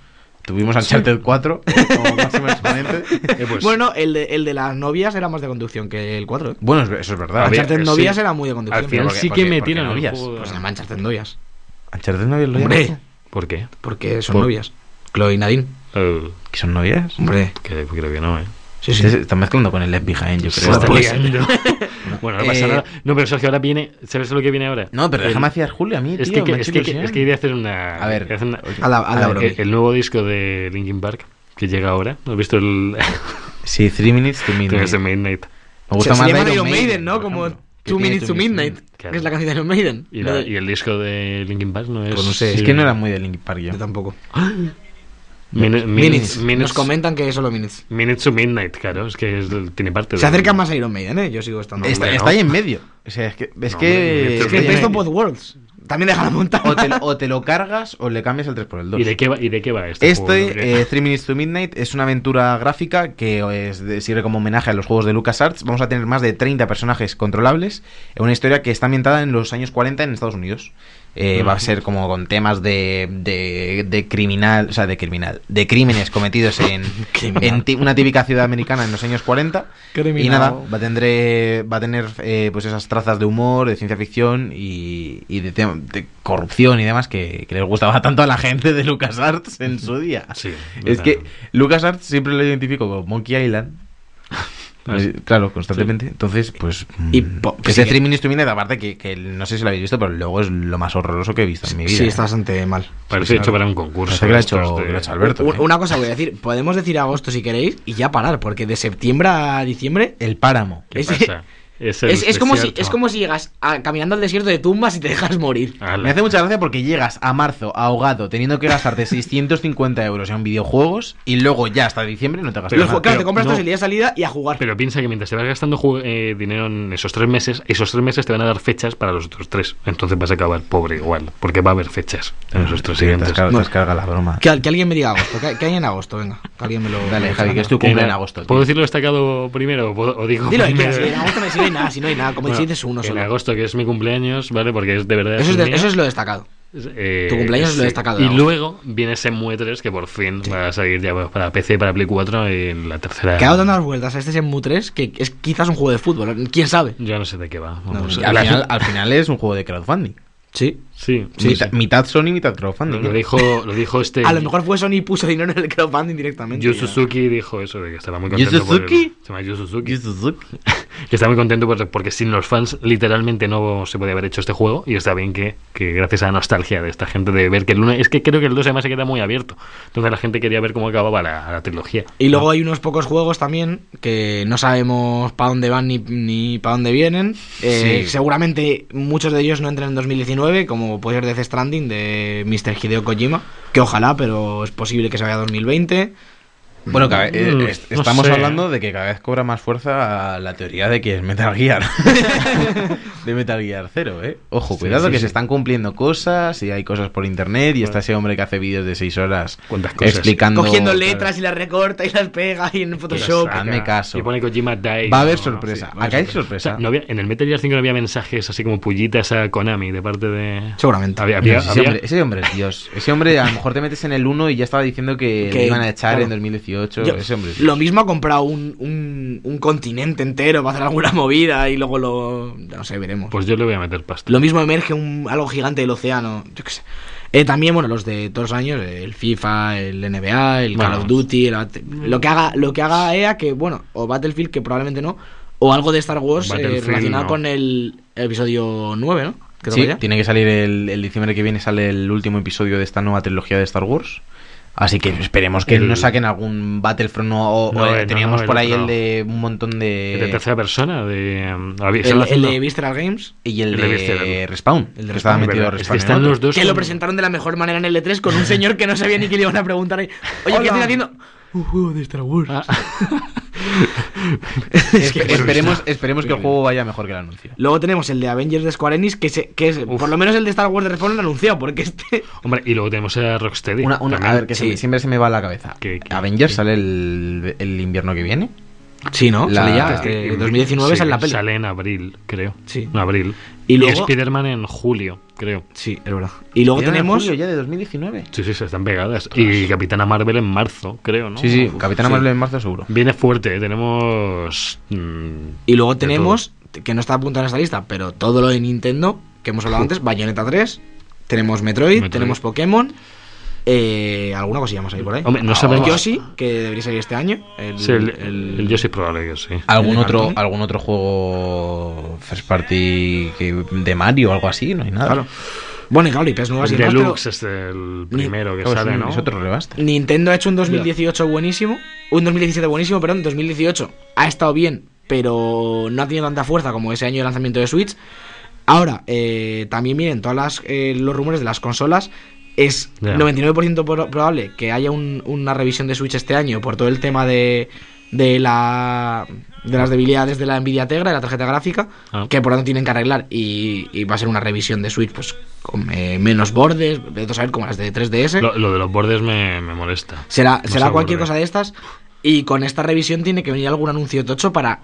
Speaker 3: Tuvimos Uncharted 4 eh, como máximo exponente.
Speaker 2: Eh, pues,
Speaker 4: Bueno, el de, el de las novias era más de conducción que el 4. ¿eh?
Speaker 3: <laughs> Bueno, es- eso es verdad.
Speaker 2: Había-
Speaker 4: Uncharted
Speaker 2: sí.
Speaker 4: novias era muy de conducción.
Speaker 2: al final
Speaker 4: pero-
Speaker 2: sí
Speaker 3: porque-
Speaker 2: que
Speaker 3: porque
Speaker 2: metieron el
Speaker 3: novias.
Speaker 2: juego.
Speaker 4: Pues se llama Uncharted novias.
Speaker 3: Uncharted no había lo
Speaker 4: Hombre.
Speaker 3: llamado.
Speaker 2: ¿Por qué?
Speaker 4: Porque son
Speaker 3: Por-
Speaker 4: novias. Chloe y Nadine.
Speaker 2: Eh,
Speaker 3: ¿Que son novias?
Speaker 4: Hombre.
Speaker 2: que- creo que no, ¿eh?
Speaker 4: Sí,
Speaker 3: Se- se
Speaker 4: sí.
Speaker 3: están mezclando con el Left Behind, yo creo.
Speaker 2: Se está
Speaker 3: Esta-
Speaker 2: liando. <laughs> bueno, no pasa
Speaker 4: Eh,
Speaker 2: nada. No, pero Sergio, ahora viene. ¿Sabes lo que viene ahora?
Speaker 3: No, pero
Speaker 2: El-
Speaker 3: déjame hacer Julio a mí,
Speaker 2: Es que,
Speaker 3: tío. me ha
Speaker 2: es,
Speaker 3: hecho
Speaker 2: que,
Speaker 3: ilusión.
Speaker 2: es que quería hacer una.
Speaker 3: A ver,
Speaker 2: quería hacer una-
Speaker 4: A la, a la
Speaker 3: A ver,
Speaker 4: broma.
Speaker 2: el, el nuevo disco de Linkin Park que llega ahora. ¿No has visto
Speaker 3: <laughs>
Speaker 2: el.
Speaker 3: Sí, 3 minutes to midnight.
Speaker 2: Tienes el Midnight?
Speaker 3: Me gusta
Speaker 4: se,
Speaker 3: más
Speaker 4: se llama
Speaker 3: Iron
Speaker 4: Iron Maiden,
Speaker 3: Maiden,
Speaker 4: ¿no?
Speaker 3: por
Speaker 4: Como
Speaker 3: ejemplo. Que
Speaker 4: Two
Speaker 3: tiene
Speaker 4: Minutes to
Speaker 3: Two Minutes
Speaker 4: Midnight,
Speaker 2: Midnight.
Speaker 4: que es la canción de Iron Maiden.
Speaker 2: Y,
Speaker 4: No,
Speaker 2: la- y el disco de Linkin Park no es.
Speaker 4: Pues no sé,
Speaker 3: Es que
Speaker 2: <gasps>
Speaker 3: no era muy de Linkin Park yo.
Speaker 4: Yo tampoco.
Speaker 2: Minu- minutes,
Speaker 4: Minutes. Nos
Speaker 2: minutes-
Speaker 4: comentan que es solo Minutes.
Speaker 2: Minutes to Midnight, claro. Es que es- tiene parte
Speaker 4: Se
Speaker 2: de-
Speaker 4: acerca más a Iron Maiden, ¿eh? Yo sigo estando.
Speaker 3: Está,
Speaker 2: Hombre,
Speaker 3: está
Speaker 2: no.
Speaker 3: ahí en medio. O sea, es que... Es
Speaker 2: No, hombre,
Speaker 3: que
Speaker 2: Minutes
Speaker 4: es
Speaker 2: to
Speaker 3: está
Speaker 4: que
Speaker 3: ahí
Speaker 2: Midnight.
Speaker 3: en
Speaker 4: Best
Speaker 3: medio.
Speaker 4: of Both Worlds. También deja la montaña.
Speaker 3: o,
Speaker 4: <laughs>
Speaker 3: te, lo- o te lo cargas o le cambias el 3 por el 2.
Speaker 2: ¿Y de qué va, y de qué va este juego? ¿No?
Speaker 3: Este, eh, Three Minutes to Midnight, es una aventura gráfica que eh, es de- sirve como homenaje a los juegos de LucasArts. Vamos a tener más de 30 personajes controlables. Una historia que está ambientada en los años 40 en Estados Unidos. Eh, Va a ser como con temas de, de, de criminal, o sea, de criminal, de crímenes
Speaker 2: <laughs>
Speaker 3: cometidos en, en ti- una típica ciudad americana en los años 40. Y nada, va a, tendré, va a tener eh, pues esas trazas de humor, de ciencia ficción y, y de, tem- de corrupción y demás que, que les gustaba tanto a la gente de LucasArts en su día.
Speaker 2: <laughs> Sí,
Speaker 3: es
Speaker 2: verdad.
Speaker 3: que LucasArts siempre lo identifico con Monkey
Speaker 4: <laughs>
Speaker 3: Island. Eh, Claro, constantemente. Entonces, pues.
Speaker 4: Pues Y
Speaker 3: mm,
Speaker 4: po-
Speaker 3: ese
Speaker 4: sigue.
Speaker 3: Three Minutes to Minute, aparte que, que no sé si lo habéis visto, pero luego es lo más horroroso que he visto en mi vida. ¿eh?
Speaker 4: Sí, está bastante mal.
Speaker 2: Parece hecho para un concurso.
Speaker 3: pues Parece que lo ha hecho-
Speaker 2: Estos de-
Speaker 3: lo ha hecho Alberto.
Speaker 4: Un-
Speaker 3: ¿eh?
Speaker 4: Una cosa voy a decir, podemos decir agosto si queréis y ya parar, porque de septiembre a diciembre
Speaker 3: El páramo.
Speaker 2: ¿Qué
Speaker 4: Es-
Speaker 2: pasa? Es, el
Speaker 4: es, es como si,
Speaker 2: desierto.
Speaker 4: es como si llegas a- caminando al desierto de tumbas y te dejas morir.
Speaker 2: Ala.
Speaker 3: Me hace mucha gracia porque llegas a marzo ahogado teniendo
Speaker 2: <laughs>
Speaker 3: que gastarte 650 euros en videojuegos y luego ya hasta diciembre no te gastas
Speaker 2: Pero-
Speaker 4: Los
Speaker 3: nada.
Speaker 4: jue- claro, te compras
Speaker 2: no.
Speaker 4: dos el día de salida y a jugar.
Speaker 2: Pero piensa que mientras te vas gastando ju- eh, dinero en esos tres meses, esos tres meses te van a dar fechas para los otros tres. Entonces vas a acabar pobre igual, porque va a haber fechas en esos tres
Speaker 3: Sí, te
Speaker 2: siguientes.
Speaker 3: descarga, te descarga la broma.
Speaker 4: Que, al- que alguien me diga agosto, que, que hay en agosto, venga. Que alguien me lo.
Speaker 3: Dale, Javi, que es tu
Speaker 2: Que
Speaker 3: cumple
Speaker 2: na-
Speaker 3: en agosto. tío.
Speaker 2: ¿Puedo decirlo destacado primero o, puedo- o digo
Speaker 4: Dilo,
Speaker 2: primero?
Speaker 4: espera, si en agosto no- si no hay nada, si no hay nada, como
Speaker 2: Bueno,
Speaker 4: dices uno
Speaker 2: en
Speaker 4: solo.
Speaker 2: agosto, que es mi cumpleaños, ¿vale? Porque es de verdad.
Speaker 4: Eso es, de-
Speaker 2: mío.
Speaker 4: eso es lo destacado.
Speaker 2: Eh,
Speaker 4: tu cumpleaños es lo destacado de
Speaker 2: Y
Speaker 4: agosto.
Speaker 2: luego viene ese MUE 3 que por fin va a salir ya pues, para PC y para Play 4 en la tercera.
Speaker 4: Que ha dado tantas vueltas a este Shenmue 3 que es quizás un juego de fútbol, quién sabe.
Speaker 2: Yo no sé de qué va.
Speaker 3: No,
Speaker 2: vamos.
Speaker 3: y al,
Speaker 2: La-
Speaker 3: final, al final es un juego de crowdfunding.
Speaker 4: Sí.
Speaker 2: Sí, sí,
Speaker 3: Mita-
Speaker 2: sí.
Speaker 3: Mitad Sony, mitad crowdfunding. <laughs>
Speaker 2: Lo dijo, lo dijo este.
Speaker 4: A lo mejor fue Sony y puso dinero en el crowdfunding directamente.
Speaker 2: Yu
Speaker 4: ya.
Speaker 2: Suzuki dijo eso, de que estaba muy contento.
Speaker 3: ¿Yu Suzuki?
Speaker 2: Por el- se llama Yu Suzuki.
Speaker 3: Y Suzuki.
Speaker 2: Que estaba muy contento por- porque sin los fans literalmente no se podía haber hecho este juego. Y está bien que, que gracias a la nostalgia de esta gente de ver que el 1. Es que creo que el 2 además se queda muy abierto. Entonces la gente quería ver cómo acababa la, la trilogía.
Speaker 4: Y
Speaker 3: Ah.
Speaker 4: luego hay unos pocos juegos también que no sabemos para dónde van ni, ni para dónde vienen. Eh,
Speaker 3: Sí.
Speaker 4: Seguramente muchos de ellos no entran en 2019, como puede ser Death Stranding de Mr. Hideo Kojima, que ojalá, pero es posible que se vaya a 2020.
Speaker 3: Bueno, cada- eh,
Speaker 2: Mm,
Speaker 3: est-
Speaker 2: no
Speaker 3: estamos
Speaker 2: sé.
Speaker 3: hablando de que cada vez cobra más fuerza la teoría de que es
Speaker 2: <laughs>
Speaker 3: Metal Gear. de Metal Gear Zero, ¿eh? Ojo,
Speaker 2: Sí,
Speaker 3: cuidado
Speaker 2: sí,
Speaker 3: que
Speaker 2: sí.
Speaker 3: se están cumpliendo cosas y hay cosas por internet y está ese hombre que hace vídeos de 6 horas
Speaker 2: Cuántas cosas.
Speaker 3: explicando...
Speaker 4: Cogiendo
Speaker 3: claro.
Speaker 4: letras y las recorta y las pega y en Photoshop.
Speaker 3: Exacto. hazme caso.
Speaker 2: Y pone Kojima Dies,
Speaker 3: Va a haber
Speaker 2: ¿no?
Speaker 3: sorpresa.
Speaker 2: Sí, va a haber
Speaker 3: Acá hay
Speaker 2: O
Speaker 3: sorpresa.
Speaker 2: sea, no había- en el Metal Gear 5 no había mensajes así como pullitas a Konami de parte de.
Speaker 4: Seguramente.
Speaker 2: Había, había,
Speaker 3: ese,
Speaker 2: había-
Speaker 3: hombre, ese hombre es Dios. Ese hombre, a lo mejor te metes en el 1 y ya estaba diciendo que,
Speaker 4: Que-
Speaker 3: le iban a echar
Speaker 4: claro.
Speaker 3: en 2018.
Speaker 4: Yo-
Speaker 3: ese hombre es
Speaker 4: lo mismo ha comprado un, un, un continente entero para hacer alguna movida y luego lo. No sé, veremos.
Speaker 2: Pues yo le voy a meter pasta.
Speaker 4: Lo mismo emerge un, algo gigante del océano. Yo qué sé. Eh, también, bueno, los de todos los años, el FIFA, el NBA, el
Speaker 2: Bueno.
Speaker 4: Call of Duty, el Bat- lo que haga, lo que haga EA, que bueno, o Battlefield, que probablemente no, o algo de Star Wars eh,
Speaker 2: Battlefield,
Speaker 4: relacionado
Speaker 2: no.
Speaker 4: con el episodio 9, ¿no? Que
Speaker 3: Sí,
Speaker 4: toca ya.
Speaker 3: tiene que salir el, el diciembre que viene, sale el último episodio de esta nueva trilogía de Star Wars. Así que esperemos que
Speaker 2: El-
Speaker 3: no saquen algún Battlefront no, o, o,
Speaker 2: No,
Speaker 3: eh,
Speaker 2: no,
Speaker 3: teníamos
Speaker 2: no,
Speaker 3: por
Speaker 2: el
Speaker 3: ahí
Speaker 2: otro.
Speaker 3: el de un montón de...
Speaker 2: de tercera persona, de. um, había-
Speaker 4: el,
Speaker 2: están
Speaker 4: el
Speaker 2: haciendo-
Speaker 4: de Visceral Games.
Speaker 3: y el
Speaker 2: el
Speaker 3: de,
Speaker 2: de Visceral.
Speaker 3: Respawn,
Speaker 4: El de
Speaker 3: que estaba
Speaker 4: Respawn,
Speaker 3: metido
Speaker 2: ¿verdad? Es que
Speaker 3: Ah, Respawn ¿eh? en
Speaker 2: están
Speaker 3: otro.
Speaker 2: los dos.
Speaker 4: Que lo
Speaker 2: con-
Speaker 4: presentaron de la mejor manera en el
Speaker 2: <laughs>
Speaker 4: E3 con un señor que no sabía ni qué le iban a preguntar. ahí. Oye,
Speaker 3: Hola.
Speaker 4: ¿qué estás haciendo? Un juego de Star Wars.
Speaker 2: Ah, <laughs>
Speaker 3: Espe- esperemos, esperemos que el juego vaya mejor que el anuncio.
Speaker 4: Luego tenemos el de Avengers de Square Enix, que, se- que es, por lo menos el de Star Wars de Respawn lo anunció, porque este...
Speaker 2: hombre, y luego tenemos a Rocksteady.
Speaker 3: Una- una- a
Speaker 2: también.
Speaker 3: ver, que se
Speaker 4: Sí.
Speaker 3: me- siempre se me va a la cabeza.
Speaker 2: Que- que-
Speaker 3: Avengers sale el, el invierno que viene.
Speaker 4: Sí, ¿no?
Speaker 3: La-
Speaker 4: Sale ya, este, 2019
Speaker 2: Sí,
Speaker 4: sale la peli.
Speaker 2: Sale en abril, creo.
Speaker 4: Sí.
Speaker 2: En abril.
Speaker 4: Y luego-
Speaker 2: Spider-Man en julio, creo.
Speaker 4: Sí, es verdad. Y luego
Speaker 3: Viene en
Speaker 4: tenemos...
Speaker 3: julio ya de 2019.
Speaker 2: Sí, sí, se están pegadas. Y Capitana Marvel en marzo, creo, ¿no?
Speaker 3: Sí, sí, Capitana Marvel en marzo seguro.
Speaker 2: Viene fuerte, ¿eh? tenemos. mm,
Speaker 4: Y luego
Speaker 2: de
Speaker 4: tenemos, que no está apuntado en esta lista, pero todo lo de Nintendo, que hemos hablado antes, Bayonetta 3, tenemos Metroid,
Speaker 2: Metroid.
Speaker 4: tenemos Pokémon, eh, alguna cosilla más ahí por ahí.
Speaker 2: Hombre, no
Speaker 4: Ah,
Speaker 2: sabemos-
Speaker 4: Yoshi, que debería salir este año. El,
Speaker 2: Sí, el,
Speaker 4: el-
Speaker 2: el Yoshi probable que sí.
Speaker 3: ¿Algún
Speaker 4: ¿El de
Speaker 3: otro,
Speaker 4: cartón?
Speaker 3: ¿Algún otro juego first party que- de Mario o algo así? No hay nada.
Speaker 4: Claro. Bueno, y claro, y PES nuevas y
Speaker 2: El
Speaker 4: demás, pero
Speaker 2: Deluxe es el primero que
Speaker 3: Claro, es
Speaker 2: sale,
Speaker 3: un-
Speaker 2: ¿no?
Speaker 3: Pues Es otro rebaste.
Speaker 4: Nintendo ha hecho un 2018 buenísimo, un 2017 buenísimo, perdón, 2018 ha estado bien, pero no ha tenido tanta fuerza como ese año de lanzamiento de Switch. Ahora, eh, también miren todas las, eh, los rumores de las consolas. Es
Speaker 2: Ya.
Speaker 4: 99% pro- probable que haya un- una revisión de Switch este año por todo el tema de, de, la, de las debilidades de la Nvidia Tegra, de la tarjeta gráfica,
Speaker 2: Ah.
Speaker 4: que por tanto tienen que arreglar. Y, y va a ser una revisión de Switch pues con eh, menos bordes, de a ver, como las de 3DS.
Speaker 2: Lo, lo de los bordes me, me molesta.
Speaker 4: Será,
Speaker 2: No
Speaker 4: será
Speaker 2: se
Speaker 4: cualquier
Speaker 2: aburre.
Speaker 4: cosa de estas. Y con esta revisión tiene que venir algún anuncio tocho para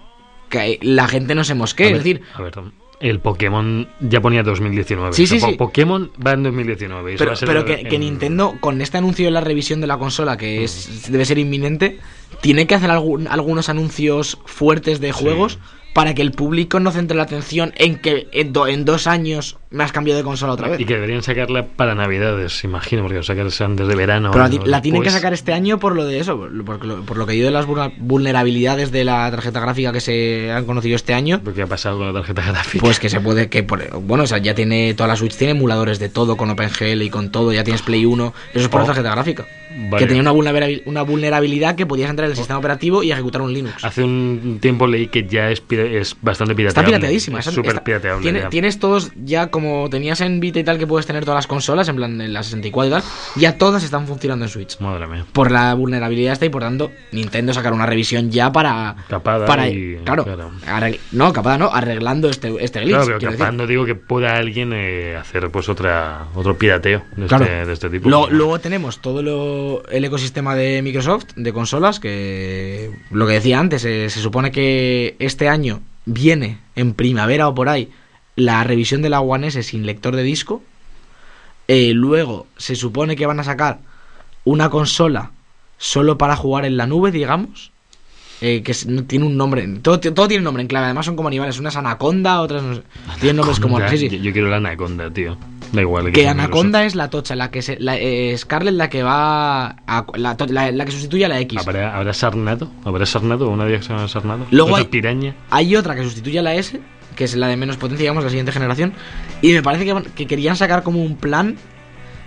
Speaker 4: que la gente no se mosquee.
Speaker 2: A ver,
Speaker 4: es decir,
Speaker 2: a ver, el Pokémon ya ponía 2019.
Speaker 4: Sí,
Speaker 2: O sea,
Speaker 4: sí,
Speaker 2: po-
Speaker 4: sí.
Speaker 2: Pokémon va en 2019. y eso
Speaker 4: pero,
Speaker 2: va a ser
Speaker 4: pero que,
Speaker 2: en-
Speaker 4: que Nintendo, con este anuncio de la revisión de la consola, que es, debe ser inminente, tiene que hacer algún- algunos anuncios fuertes de juegos para que el público no centre la atención en que en, do- en dos años me has cambiado de consola otra vez.
Speaker 2: Y que deberían sacarla para Navidades, imagino, porque sacarse antes de verano.
Speaker 4: Pero la, ti-
Speaker 2: o
Speaker 4: la tienen que
Speaker 2: después.
Speaker 4: sacar este año por lo de eso, por lo, por lo- por lo que yo de las vulna- vulnerabilidades de la tarjeta gráfica que se han conocido este año.
Speaker 2: Porque ha pasado con la tarjeta gráfica.
Speaker 4: Pues que se puede, que por- bueno, o sea, ya tiene toda la Switch, tiene emuladores de todo, con OpenGL y con todo, ya tienes Play 1, eso es por la
Speaker 2: Oh.
Speaker 4: tarjeta gráfica.
Speaker 2: Vale.
Speaker 4: Que tenía una vulnerabilidad, una vulnerabilidad que podías entrar en el sistema operativo y ejecutar un Linux.
Speaker 2: Hace un tiempo leí que ya es, pira- es bastante pirateable.
Speaker 4: Está pirateadísima,
Speaker 2: Es
Speaker 4: está-
Speaker 2: súper
Speaker 4: está-
Speaker 2: pirateable.
Speaker 4: tiene-
Speaker 2: ya.
Speaker 4: tienes todos, ya como tenías en Vita y tal, que puedes tener todas las consolas, en plan en la 64 y tal, ya todas están funcionando en Switch.
Speaker 2: Madre mía.
Speaker 4: Por la vulnerabilidad está y por tanto, Nintendo sacar una revisión ya para.
Speaker 2: Capada
Speaker 4: para
Speaker 2: y-
Speaker 4: claro,
Speaker 2: claro.
Speaker 4: arregl- no, capada no, arreglando este, este glitch.
Speaker 2: Claro, pero
Speaker 4: quiero
Speaker 2: capaz
Speaker 4: decir.
Speaker 2: no digo que pueda alguien eh, hacer pues otra otro pirateo de,
Speaker 4: Claro.
Speaker 2: este, de este tipo.
Speaker 4: Luego, luego tenemos todo lo- el ecosistema de Microsoft, de consolas, que lo que decía antes, eh, se supone que este año viene en primavera o por ahí la revisión de la One S sin lector de disco. Eh, luego se supone que van a sacar una consola solo para jugar en la nube, digamos. eh, que es- no- tiene un nombre, todo, todo tiene nombre en clave, además son como animales, unas anaconda, otras no sé, tienen nombres como...
Speaker 2: Anaconda,
Speaker 4: sí, sí.
Speaker 2: Yo, yo quiero la Anaconda, tío. Da igual.
Speaker 4: Que Anaconda es la tocha, la que se, la, eh, Scarlett la que va a, la, to- la- la que sustituye a la X.
Speaker 2: ¿Habrá, ¿Habrá Sarnado? ¿Habrá Sarnado? ¿Una día que se llama Sarnado?
Speaker 4: Luego
Speaker 2: ¿Otra
Speaker 4: hay-
Speaker 2: piraña?
Speaker 4: Hay otra que sustituye a la S, que es la de menos potencia, digamos, la siguiente generación. Y me parece que, van- que querían sacar como un plan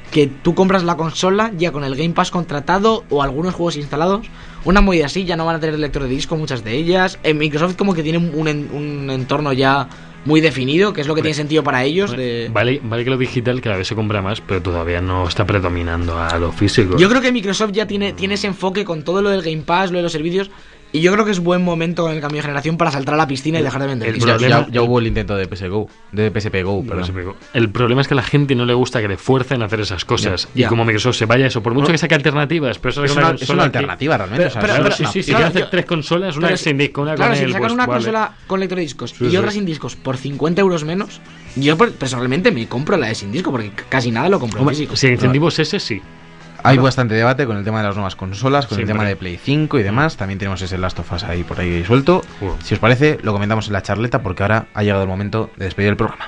Speaker 4: que tú compras la consola ya con el Game Pass contratado o algunos juegos instalados. Una movida Eh, así, ya no van a tener lector de disco muchas de ellas. En Microsoft como que tiene un, en- un entorno ya muy definido, que es lo que tiene sentido para ellos. de-
Speaker 2: Vale, vale que lo digital cada vez se compra más, pero todavía no está predominando a lo físico.
Speaker 4: Yo creo que Microsoft ya tiene, tiene ese enfoque con todo lo del Game Pass, lo de los servicios. Y yo creo que es buen momento en el cambio de generación para saltar a la piscina y dejar de vender.
Speaker 2: el
Speaker 4: discos.
Speaker 3: Ya,
Speaker 2: problema-
Speaker 3: ya- ya hubo el intento de PSP Go. De PSP Go,
Speaker 2: Pero se
Speaker 3: perdón.
Speaker 2: pegó. El problema es que a la gente no le gusta que le fuercen a hacer esas cosas.
Speaker 4: Ya, ya.
Speaker 2: Y como Microsoft se vaya a eso, por mucho que saque alternativas, pero eso
Speaker 3: Es
Speaker 2: saca
Speaker 3: una,
Speaker 2: una
Speaker 3: es
Speaker 2: consola
Speaker 3: una
Speaker 2: aquí-
Speaker 3: alternativa realmente.
Speaker 4: Pero-
Speaker 3: o sea,
Speaker 4: pero-
Speaker 3: es
Speaker 2: Claro,
Speaker 4: pero-
Speaker 3: una-
Speaker 2: sí, sí, si
Speaker 4: claro,
Speaker 2: quieres hacer
Speaker 4: yo-
Speaker 2: tres consolas, una
Speaker 4: Claro,
Speaker 2: sin disco, una
Speaker 4: claro,
Speaker 2: con
Speaker 4: si
Speaker 2: él,
Speaker 4: sacan
Speaker 2: pues,
Speaker 4: una
Speaker 2: vale.
Speaker 4: consola con lector de discos
Speaker 2: Sí,
Speaker 4: y
Speaker 2: sí.
Speaker 4: otra sin discos por 50 euros menos, yo per- personalmente me compro la de sin disco porque c- casi nada lo compro en
Speaker 2: Hombre,
Speaker 4: físico.
Speaker 2: si el incentivo es ese, sí.
Speaker 3: Hay bastante debate con el tema de las nuevas consolas, con el
Speaker 2: Siempre.
Speaker 3: tema de Play 5 y demás. También tenemos ese Last of Us ahí por ahí suelto.
Speaker 2: Ujú.
Speaker 3: Si os parece, lo comentamos en la charleta porque ahora ha llegado el momento de despedir el programa.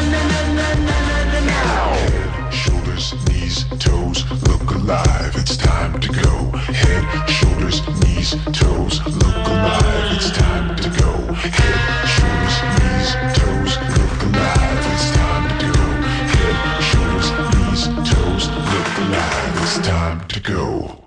Speaker 7: Shoulders, knees, toes, look alive, it's time to go. Head, shoulders, knees, toes, look alive, it's time to go. Head, shoulders, knees, toes, look alive, it's time to go. Head, shoulders, knees, toes, look alive, it's time to go.